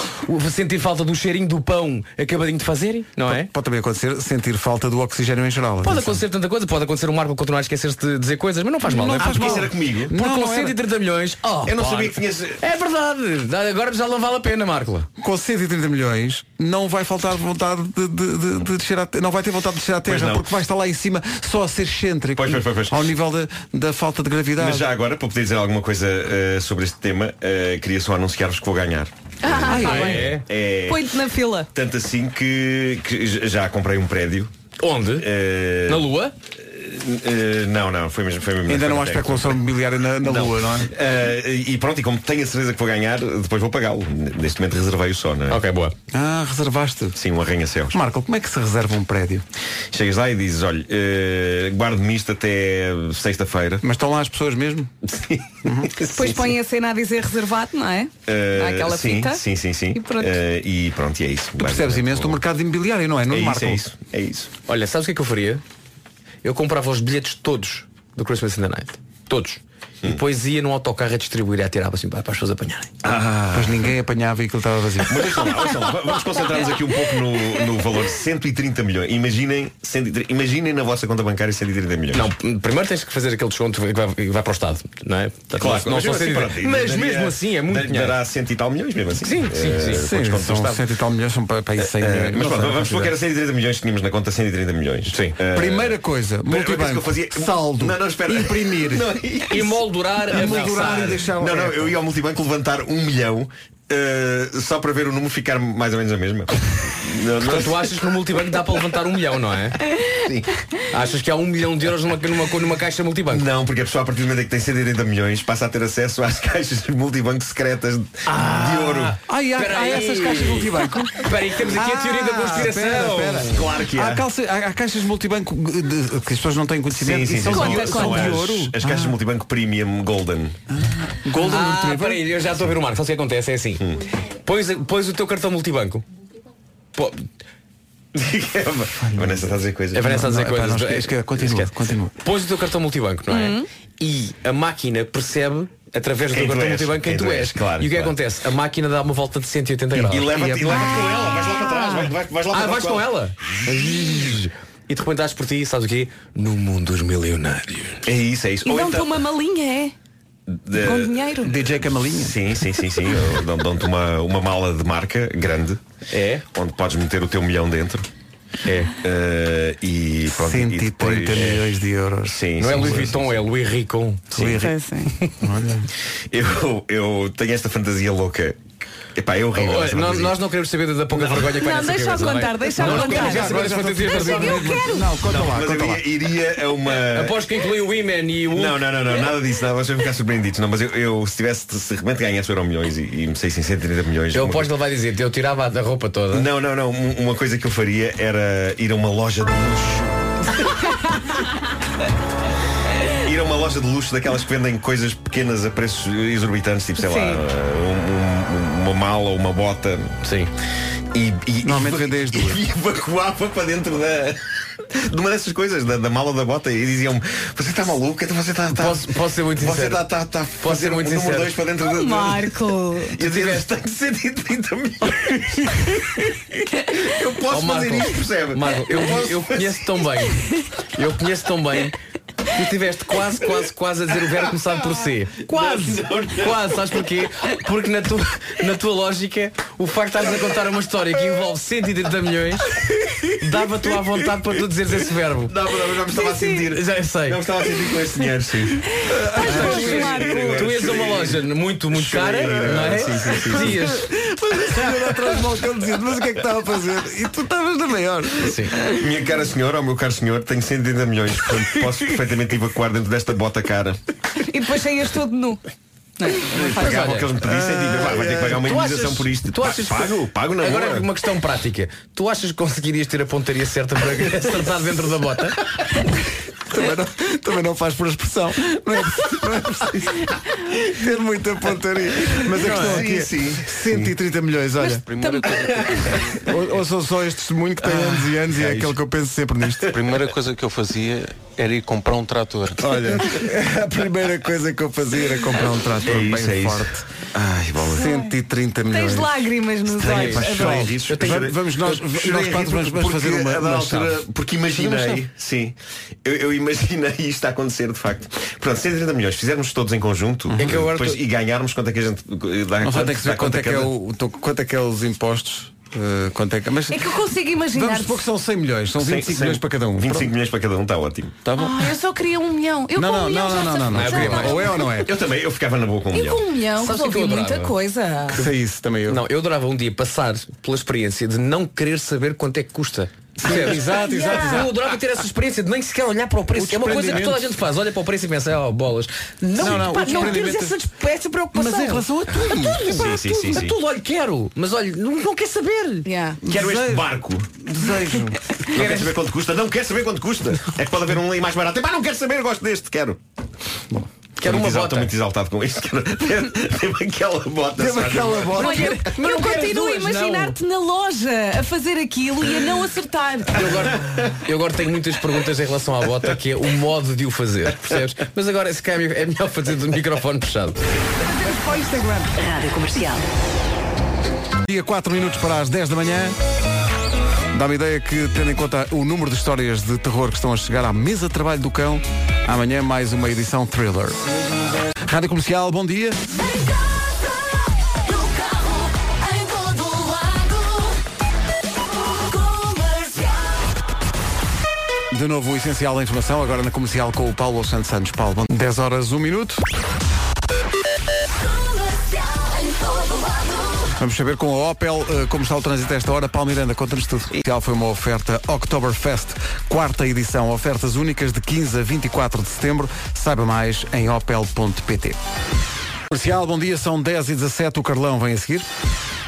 G: sentir falta do cheirinho do pão acabadinho de fazer, não é?
B: Pode, também acontecer sentir falta do oxigênio em geral.
G: Pode acontecer tanta coisa, pode acontecer o Marco continuar a esquecer-se de dizer coisas, mas não faz mal,
B: Não
G: é?
B: faz
G: Porque
B: mal.
G: isso era comigo. Porque
B: Não,
G: com
B: não é. era.
G: 130 milhões. oh,
B: Eu não
G: pá.
B: sabia que tinhas-
G: É verdade. Agora já não vale a pena, Marco.
B: Com 130 milhões não vai faltar vontade de, de, de- de descer à te- não vai ter vontade de descer à terra
H: não.
B: porque vai estar lá em cima só a ser excêntrico
H: Pois, pois, pois, pois.
B: ao nível da, da falta de gravidade.
H: Mas já agora, para poder dizer alguma coisa eh, sobre este tema, eh, queria só anunciar-vos que vou ganhar.
D: Ah, tá bem.
H: é. é.
D: Põe-te na fila.
H: Tanto assim que, que j- já comprei um prédio. Eh,
G: Onde? Na Lua?
H: não, não, foi mesmo. Foi mesmo
B: Ainda
H: foi
B: não
H: na
B: há
H: Terra.
B: especulação imobiliária na, na Lua, não é?
H: Eh, e pronto, e como tenho a certeza que vou ganhar, depois vou pagá-lo. Neste momento reservei o só, não é?
G: Ok, boa.
B: Ah, reservaste.
H: Sim, um arranha-céus.
B: Marco, como é que se reserva um prédio?
H: Chegas lá e dizes, olha, eh, guardo-me isto até sexta-feira.
B: Mas estão lá as pessoas mesmo?
H: Sim.
G: Uhum.
D: Depois põe a cena a dizer reservado, não é?
H: Eh,
D: Há aquela
H: sim,
D: fita.
H: Sim, sim, sim.
D: E pronto.
H: Eh, e pronto, e é isso.
B: Percebes imenso do mercado imobiliário, não é? Não
H: É isso,
B: Marco?
H: é isso, é isso.
G: Olha, sabes o que é que eu faria? Eu comprava os bilhetes todos do Christmas in the Night. Todos.
H: Hum.
G: e depois ia num autocarro a distribuir e atirava assim para, para as pessoas apanharem.
B: Ah. Pois ninguém apanhava e aquilo estava vazio.
H: Mas deixa lá, olha só, va- vamos concentrar-nos aqui um pouco no, no valor 130 milhões. Imaginem, 130 imaginem na vossa conta bancária 130 milhões. Tá
G: Não, primeiro tens que fazer aquele desconto que vai, que vai para o Estado, não é? Portanto,
H: Claro,
G: não, não
H: mas,
G: só
H: mesmo assim,
G: ser-
H: pronto, ainda
G: mas
H: daria-
G: mesmo assim é muito
H: dar-
G: dinheiro.
H: Dará cento e tal milhões mesmo assim.
G: Sim, sim,
H: Eh,
G: sim.
H: com desconto do
B: são
H: Estado.
B: cento e tal milhões são para, para aí 100
H: Eh,
B: milhões.
H: Mas
B: Não
H: pronto,
B: sei,
H: vamos supor que era
B: quantidade.
H: 130 milhões, tínhamos na conta 130 milhões.
G: Sim.
H: Eh,
B: Primeira coisa,
H: primeira coisa que
B: multibanco,
H: eu fazia-
B: saldo,
H: Não, não, espera.
B: imprimir,
H: Não, é isso. Ah,
G: E moldurar, a
B: moldurar e
G: fixar.
B: deixar um
H: Não, não, eu ia ao multibanco levantar um milhão eh, só para ver o número ficar mais ou menos a mesma. Não, não-
G: Portanto, tu achas que no multibanco dá para levantar um milhão, não é?
H: Sim.
G: Achas que há um milhão de euros numa, numa, numa caixa multibanco?
H: Não, porque a pessoa a partir do momento em que tem 180 milhões passa a ter acesso às caixas de multibanco secretas de-
B: Ah,
H: de ouro.
B: Ai, há, há
G: Peraí.
B: essas caixas de multibanco. Ah,
G: Espera aí, que temos aqui a teoria da conspiração.
B: espera, espera. Ah,
H: Claro que
B: Há,
H: há.
B: calça, há, há caixas de multibanco de- de- que as pessoas não têm conhecimento e são,
H: são
B: de,
H: de-
B: são
H: são
B: é de
H: as-
B: ouro. Ah.
H: As caixas de multibanco premium golden.
B: Golden
G: Ah,
B: Retriever.
G: peraí, eu já estou a ver o Marco. Sabe o que acontece? É assim.
B: Hum.
G: Pões, pões o teu cartão multibanco. Pô,
H: a Vanessa está a dizer coisas.
G: a É Vanessa a dizer
B: Não, epá,
G: coisas.
B: não, esquece, esquece, continua, continua. Uhum.
G: Pões o teu cartão multibanco, não é? E a máquina percebe, através do
H: Quem
G: teu
H: tu
G: cartão
H: és,
G: multibanco, quem, tu és.
H: claro,
G: e o que
H: claro.
G: acontece? A máquina dá uma volta de 180 graus.
H: E leva-te e é leva-te com ela, vais lá para trás, vai- vai- vais lá para
G: Ah,
H: trás
G: vais com ela? E de repente dás por ti, sabes o quê? No mundo dos milionários.
H: É isso, é isso.
I: E
H: Ou
I: dão-te
H: então-
I: uma malinha, é?
H: de-
I: Com dinheiro.
B: DJ Camalinha.
H: Sim, sim, sim, sim. Ou dão- Dão-te uma, uma mala de marca grande.
G: É?
H: Onde podes meter o teu milhão dentro.
G: É.
H: Eh, e pronto, e
B: 130
H: depois- É.
B: milhões de euros.
H: Sim,
G: Não é
H: sim,
G: Louis
H: sim,
G: Vuitton, é Louis Ricon.
B: Louis Rico.
I: Sim, sim.
B: Olha.
H: Eu, eu tenho esta fantasia louca. Epá, é horrível.
G: Olha,
H: essa
G: nó-
H: fantasia.
G: nós não queremos saber da pouca vergonha que vai
I: Não,
G: nessa
I: deixa-o
G: cabeça,
I: contar,
G: não é?
I: deixa-o
G: Nós
I: contar.
G: queremos já saber
B: Agora
G: as
B: já
G: fantasias
B: estou a
G: das
B: fazer- Não, conta lá,
H: Mas
B: conta
H: eu
B: lá.
H: ia- iria a uma.
G: Aposto que inclui o Women e o
H: É. Não, não, não, não, nada disso, nada, vocês vão ficar surpreendidos. Não, mas eu, eu, se tivesse, se realmente ganhasse euro milhões e, e me sei sim, 130 milhões.
G: Eu
H: uma
G: aposto que ele vai dizer, eu tirava a roupa toda.
H: coisa- Não, não, não. um- Uma coisa que eu faria era ir a uma loja de luxo. Ir a uma loja de luxo daquelas que vendem coisas pequenas a preços exorbitantes, tipo, sei lá,
I: Sim.
H: um- um- uma mala, uma bota,
G: Sim.
H: E, e,
B: Normalmente
H: e-
B: vendem as duas.
H: E evacuava para dentro da. De uma dessas coisas, da, da mala da bota, e diziam-me, você está maluca, Então você está. está-
G: Posso- posso ser muito
H: Você
G: sincero?
H: está tá, tá, a
G: Posso
H: fazer
G: ser muito
H: o número
G: sincero?
H: 2 para dentro da. da...
I: Marco.
H: E eu dizia, tenho 130 milhões. eu posso
G: Oh,
H: fazer isto, percebe?
G: Marco, eu,
H: posso
G: eu
H: fazer-
G: conheço tão bem. Eu conheço tão bem. que Tu tiveste quase, quase, quase a dizer o verbo começado por C. Quase! Quase, sabes porquê? Porque na tua, na tua lógica, o facto de estás a contar uma história que envolve 130 milhões dava-te à vontade para tu dizeres esse verbo.
H: Não, não, eu já me estava a sentir.
G: Já sei.
H: Já me estava a sentir com este dinheiro, sim.
G: Tu ias a uma loja muito, muito cara,
H: Chorar.
G: não é?
H: Sim, sim, sim.
G: Dias.
B: Olha atrás do balcão dizendo, mas o é que é que estava a fazer? E tu estavas na maior.
H: Minha cara senhora, ou meu caro senhor, tenho 130 milhões, portanto posso perfeitamente evacuar dentro desta bota cara.
I: E depois saías todo nu.
H: pagava
G: olha,
H: o que eles me pedissem e digo, "Pá, vai ter que pagar uma
G: Tu achas-
H: indenização por isto.
G: Tu
H: Pa-
G: achas que-
H: pago, pago na
G: Agora
H: boa.
G: uma questão prática. Tu achas que conseguirias ter a pontaria certa para acertar dentro da bota?
B: Também não, também não faz por expressão. Não é, preciso- não é preciso ter muita pontaria. Mas a questão
H: é?
B: aqui é
H: Sim, sim.
B: 130 milhões, olha.
K: Primeira coisa,
B: Ou, ou sou só este testemunho
H: Ah,
B: que tem anos e anos e é aquele que eu penso sempre nisto.
K: a primeira coisa que eu fazia era ir comprar um trator.
B: Olha, a primeira coisa que eu fazia era comprar um trator
H: É isso, é
B: bem
H: isso.
B: forte.
H: Ai, bola.
B: 130 milhões.
I: Tens lágrimas nos olhos.
B: pá,
I: Adoro.
B: chorei.
H: risos.
B: Eu tenho-
H: Chorei-
B: vamos nós-
H: eu
B: nós
H: chorei
B: quatro vamos- vamos
H: porque,
B: fazer uma-
H: a dada
B: uma
H: altura-
B: chave.
H: Porque imaginei,
B: chave.
H: sim, eu, eu imaginei isto a acontecer de facto. Pronto, 130 milhões, fizermos todos em conjunto
B: Uhum. É
G: que eu agora
H: depois,
G: tô-
H: e ganharmos quanto é que a gente dá
B: Não sei, tem
H: quanto-
B: que
H: dá
B: saber quanto é que é
H: cada-
B: o- to- quanto é que é os impostos. eh, quanto é que, mas
I: É que eu consigo imaginar.
B: vamos supor que são 100 milhões, são
H: 100,
B: 25
H: 100,
B: milhões para cada um.
H: 25 milhões para cada um, está ótimo.
B: Pronto, tá bom?
I: Ah, eu só queria um milhão. Eu
B: Não,
I: com
B: não,
I: um milhão
B: não,
I: já
B: não, não, não, não.
I: já dava.
B: Ou é ou não é?
H: Eu também, eu ficava na boa com um
I: Eu
H: milhão.
I: com um milhão
G: Sabes o que é que eu
I: resolvi muita
G: adorava?
I: coisa.
B: Sei isso também eu.
G: Não, eu adorava um dia passar pela experiência de não querer saber quanto é que custa. Percebes?
B: exato, exato,
G: Eu adorava ter essa experiência de nem sequer olhar para o preço.
B: O
G: é uma coisa que
B: desprendimento.
G: toda a gente faz. Olha para o preço e pensa, oh, bolas. Não,
B: Não, não, o
G: pá, não tens
B: desprendimento-
G: essa, despe- essa preocupação.
B: Mas em relação a tudo.
H: Sim, sim, sim,
G: a
H: sim.
G: tudo, olha, quero. Mas olha, não, não quer saber.
I: Yeah.
H: Quero este
B: Desejo.
H: barco.
B: Desejo.
H: Não quero saber quanto custa. Não quero saber quanto custa. É que pode haver um ali mais barato. Epá, não quero saber, gosto deste, quero. Que era uma bota. Estou muito exaltado com isto. que era- Teve aquela bota.
J: Teve
H: sabe?
J: aquela bota.
I: Olha,
J: Mas
I: eu
J: não queres
I: continuo a
J: duas, não.
I: imaginar-te na loja a fazer aquilo e a não acertar.
G: Eu agora tenho muitas perguntas em relação à bota, que é o modo de o fazer, percebes? Mas agora, se calhar, é melhor fazer do microfone fechado.
J: Para o Instagram. Rádio Comercial.
B: Dia 4 minutos para as 10 da manhã. Dá-me ideia que, tendo em conta o número de histórias de terror que estão a chegar à mesa de trabalho do cão, amanhã mais uma edição thriller. Rádio Comercial, bom dia. De novo o essencial da informação, agora na comercial com o Paulo Santos Santos. Paulo, bom 10 horas, 1 minuto. Vamos saber com a Opel eh, como está o trânsito a esta hora. Paulo Miranda, conta-nos tudo. Inicial foi uma oferta Oktoberfest, quarta edição. Ofertas únicas de 15 a 24 de setembro. Saiba mais em opel.pt. Comercial, bom dia, são 10 e 17 o Carlão vem a seguir.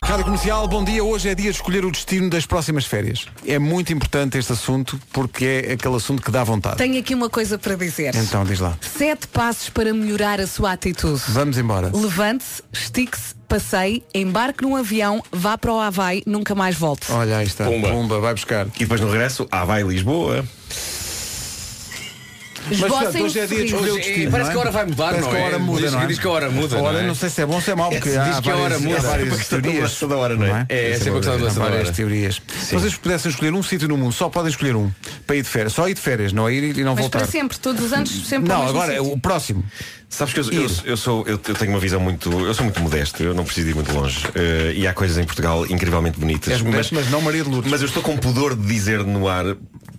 B: Rádio Comercial, bom dia. Hoje é dia de escolher o destino das próximas férias. É muito importante este assunto porque é aquele assunto que dá vontade.
D: Tenho aqui uma coisa para dizer.
B: Então, diz lá.
D: Sete passos para melhorar a sua atitude.
B: Vamos embora.
D: Levante-se, estique-se, passeie, embarque num avião, vá para o Havaí, nunca mais volte.
B: Olha, aí está. Pumba. vai buscar.
H: E depois no regresso, ah, vai Lisboa.
B: Mas, portanto,
I: um
B: hoje é dia de escolher o destino. não
G: Parece
B: é?
G: que a hora vai mudar,
B: Parece
G: não
B: que a
G: é?
B: hora muda,
G: diz,
B: não é?
G: diz que a hora muda.
B: A hora
G: não é?
B: não sei se é bom ou se é mau, porque
G: Diz
B: há
G: que a hora
B: várias-
G: muda.
B: há
G: É
B: várias
G: uma questão de
B: teorias.
G: mudança da hora, não é? É, é sempre uma questão de
B: Há
G: mudança da
B: várias
G: hora.
B: teorias. Se vocês pudessem escolher um sítio no mundo, só podem escolher um, para ir de férias. Só ir de férias, não é ir e não
I: Mas
B: voltar.
I: para sempre, todos os anos, sempre ao
B: Não,
I: mesmo
B: agora é
I: sítio.
B: o próximo.
H: Sabes que eu, eu, eu sou, eu, eu tenho uma visão muito. Eu sou muito modesto, eu não preciso ir muito longe. Eh, e há coisas em Portugal incrivelmente bonitas.
B: És modesto, mas não Maria de Lourdes.
H: Mas eu estou com pudor de dizer no ar.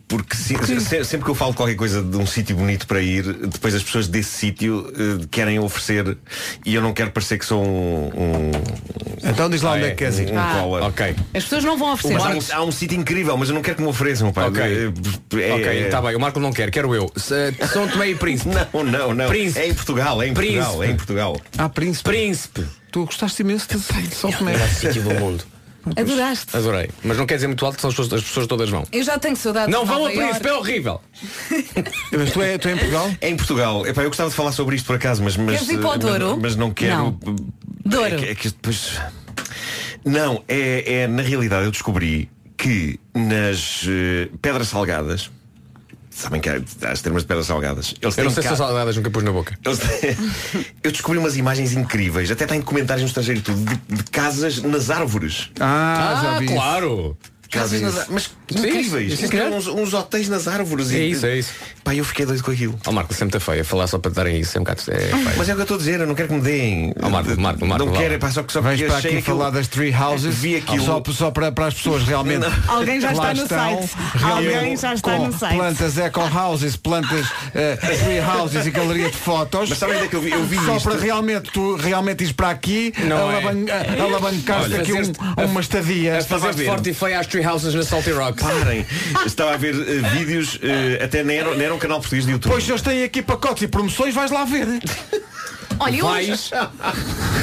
H: Porque se- se- sempre que eu falo qualquer coisa de um sítio bonito para ir, depois as pessoas desse sítio eh, querem oferecer e eu não quero parecer que sou um. um
B: então diz lá onde é que queres ir.
H: Um, um
B: Ah.
H: cola.
G: Ok.
D: As pessoas não vão oferecer.
H: Mas há um, há um sítio incrível, mas eu não quero que me ofereçam, pá.
G: Ok.
H: Eh, eh,
G: ok,
H: eh,
G: está bem. O Marco não quer, quero eu. Se- São Tomé e Príncipe.
H: Não, não, não.
G: Príncipe.
H: É em Portugal, é em Portugal,
G: Príncipe.
H: é em Portugal.
B: Ah, príncipe.
G: Príncipe.
B: Tu gostaste imenso de São Tomé.
G: Melhor sítio do mundo.
I: Adoraste.
G: Adorei. Mas não quer dizer muito alto, que são as pessoas, as pessoas todas vão.
I: Eu já tenho saudades.
G: Não
I: de
G: vão a
I: Nova Iorque.
G: Príncipe, é horrível.
B: Mas tu é, tu é em Portugal?
H: É em Portugal. Epá, eu gostava de falar sobre isto por acaso, mas. mas
I: Queres ir para o
H: eh,
I: Douro?
H: Mas, mas não quero.
I: Não. Douro.
H: É que, é que depois. Não, é, é na realidade eu descobri que nas eh, Pedras Salgadas. Sabem que há, há as termas de pedras salgadas. Eles
G: Eu não
H: têm
G: sei se
H: ca-
G: são salgadas, nunca pus na boca.
H: Eles- Eu descobri umas imagens incríveis, até tem comentários no estrangeiro e tudo, de, de casas nas árvores.
B: Ah, já vi isso.
G: claro.
H: Casas nas árvores. Mas incríveis.
G: isso,
H: Eles criaram uns, uns hotéis nas árvores.
G: É
H: e-
G: isso, é isso.
H: Pá, eu fiquei doido com aquilo.
G: Ó Oh, Marco, sempre está feio. Falar só para te darem isso é um bocado. É,
B: Ah.
G: feio.
H: Mas é o que eu estou a dizer, eu não quero que me deem.
G: Ó Oh, Marco, Marco, Marco.
H: não
G: vá.
H: quero, é pá, só que só
B: Vens
H: que
B: para
H: achei
B: aqui
H: aquilo-
B: falar das Tree Houses
H: Vi aquilo.
B: só, só para, para as pessoas realmente.
H: Não.
J: Alguém já
B: que lá
J: está no
B: estão,
J: site.
B: realmente
J: Alguém já está
B: com
J: no site.
B: Plantas eco houses, plantas eh, tree houses e galeria de fotos.
H: Mas sabem onde é que eu vi- eu vi
B: só
H: isto?
B: para realmente tu realmente ires para aqui,
G: Não é.
B: alaban a- alavancar-te
G: Olha,
B: aqui um-
G: fazeste-
B: uma estadia.
G: A fazer forte e feio às tree houses na Salty Rock.
H: Parem, estava a ver eh, vídeos, eh, até nem era, nem era um canal português de YouTube.
B: Pois eles têm aqui pacotes e promoções, vais lá ver.
H: É
I: Olha, eu hoje-
G: Vais.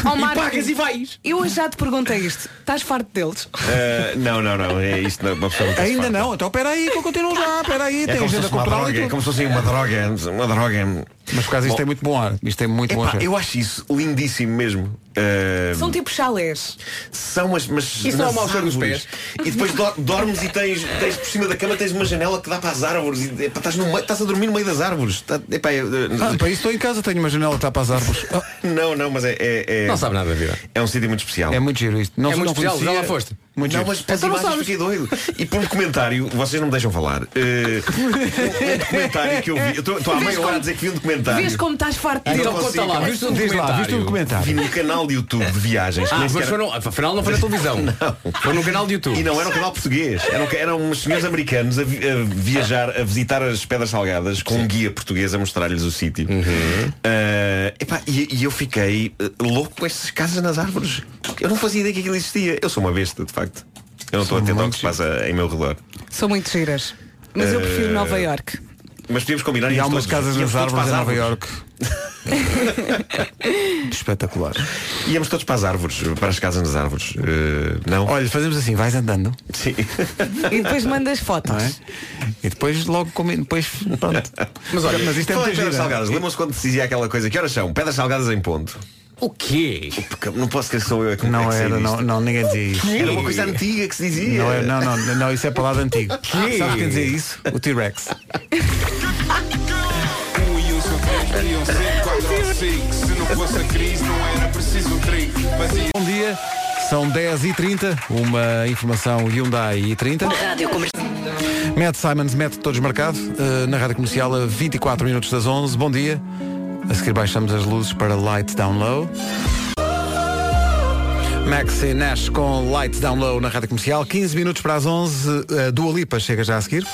I: Ó,
G: E
I: Marco,
G: pagas e vais.
I: Eu hoje já te perguntei isto. Estás farto deles?
H: Eh, não, não, não, é isto. Não, uma pessoa não tem
B: Ainda
H: farta.
B: não, então peraí, que eu continuo já, peraí,
H: É
B: tem
H: como se
B: agenda
H: fosse uma
B: cultural
H: droga,
B: e
H: é
B: tudo.
H: como se fosse uma droga, uma droga.
B: Mas por causa disto é muito bom ar, isto é muito bom
H: Epá,
B: ar.
H: eu acho isso lindíssimo mesmo. Eh,
I: São tipo chalés.
H: São mas, mas
G: Isso não é
H: nas
G: um mau cheiro nos
H: árvores. E depois do- dormes e tens, tens por cima da cama tens uma janela que dá para as árvores e epá, estás, no meio- estás a dormir no meio das árvores. Tá- epá, eu-
B: Ah, para isso estou em casa, tenho uma janela que está para as árvores. Ah,
H: não, não, mas é, é, é-
G: Não sabe nada da vida.
H: é um sítio muito especial.
B: É muito giro isto. Não,
G: É
B: não
G: muito especial, já
B: conhecia.
G: lá foste.
B: Muito
H: não,
B: giro.
H: mas pelas
G: Então não
H: imagens fiquei doido. E por um comentário, vocês não me deixam falar. Eh, um documentário que eu vi. Eu estou estou há meia hora a dizer que vi um documentário.
I: Vês como estás farto
H: não
G: Então
I: deles?
G: conta
H: consigo,
G: lá,
H: mas
G: viste um
B: Diz lá,
G: documentário?
B: viste um
H: Vi
B: comentário.
H: num canal de YouTube de viagens. que
G: Ah,
H: nem
G: mas
H: sequer-
G: foi no, afinal não foi na televisão. Foi num canal de YouTube.
H: E não era um canal português, eram, eram uns senhores americanos a, vi- a viajar, a visitar as Pedras Salgadas com um guia português a mostrar-lhes o sítio.
B: Uhum.
H: Ah, epá, e, e eu fiquei eh, louco com estas casas nas árvores. Eu não fazia ideia que aquilo existia. Eu sou uma besta, de facto. Eu não estou atento ao que se passa em meu redor.
D: São muito giras. Mas eu prefiro Nova Iorque.
B: Eh,
H: Mas podíamos combinar
B: E há
H: íamos
B: umas
H: todos-
B: casas
H: íamos
B: nas
H: todos
B: árvores em
H: para as
B: Nova York. Espetacular.
H: Íamos todos para as árvores, para as casas nas árvores. Eh, não?
B: Olha, fazemos assim, vais andando.
H: Sim.
D: E depois mandas
B: Não
D: fotos.
B: é? E depois logo come, depois pronto. Mas olha, mas isto é
H: Falando
B: muito
H: em pedras salgadas.
B: giro.
H: Lembram-se quando se dizia aquela coisa? Que horas são? Pedras salgadas em ponto.
G: O quê?
H: Porque Não posso crer que sou eu a que é
B: Não
H: que sei
B: era,
H: disto.
B: não, não, ninguém dizia isso.
H: Era uma coisa antiga que se dizia.
B: Não, é- não, não, não, isso é palavra antiga.
H: Que?
B: Sabe quem dizia isso? O T-Rex.
J: Se não fosse a crise, não era preciso um trinco.
B: Bom dia, são 10h30, uma informação Hyundai e 30.
J: Rádio
B: Matt Simons mete todos marcado eh, na rádio comercial a 24 minutos das 11. Bom dia. A seguir baixamos as luzes para Light Down Low. Maxi Nash com Light Down Low na rádio comercial. 15 minutos para as 11. A Dua Lipa eh, chega já a seguir.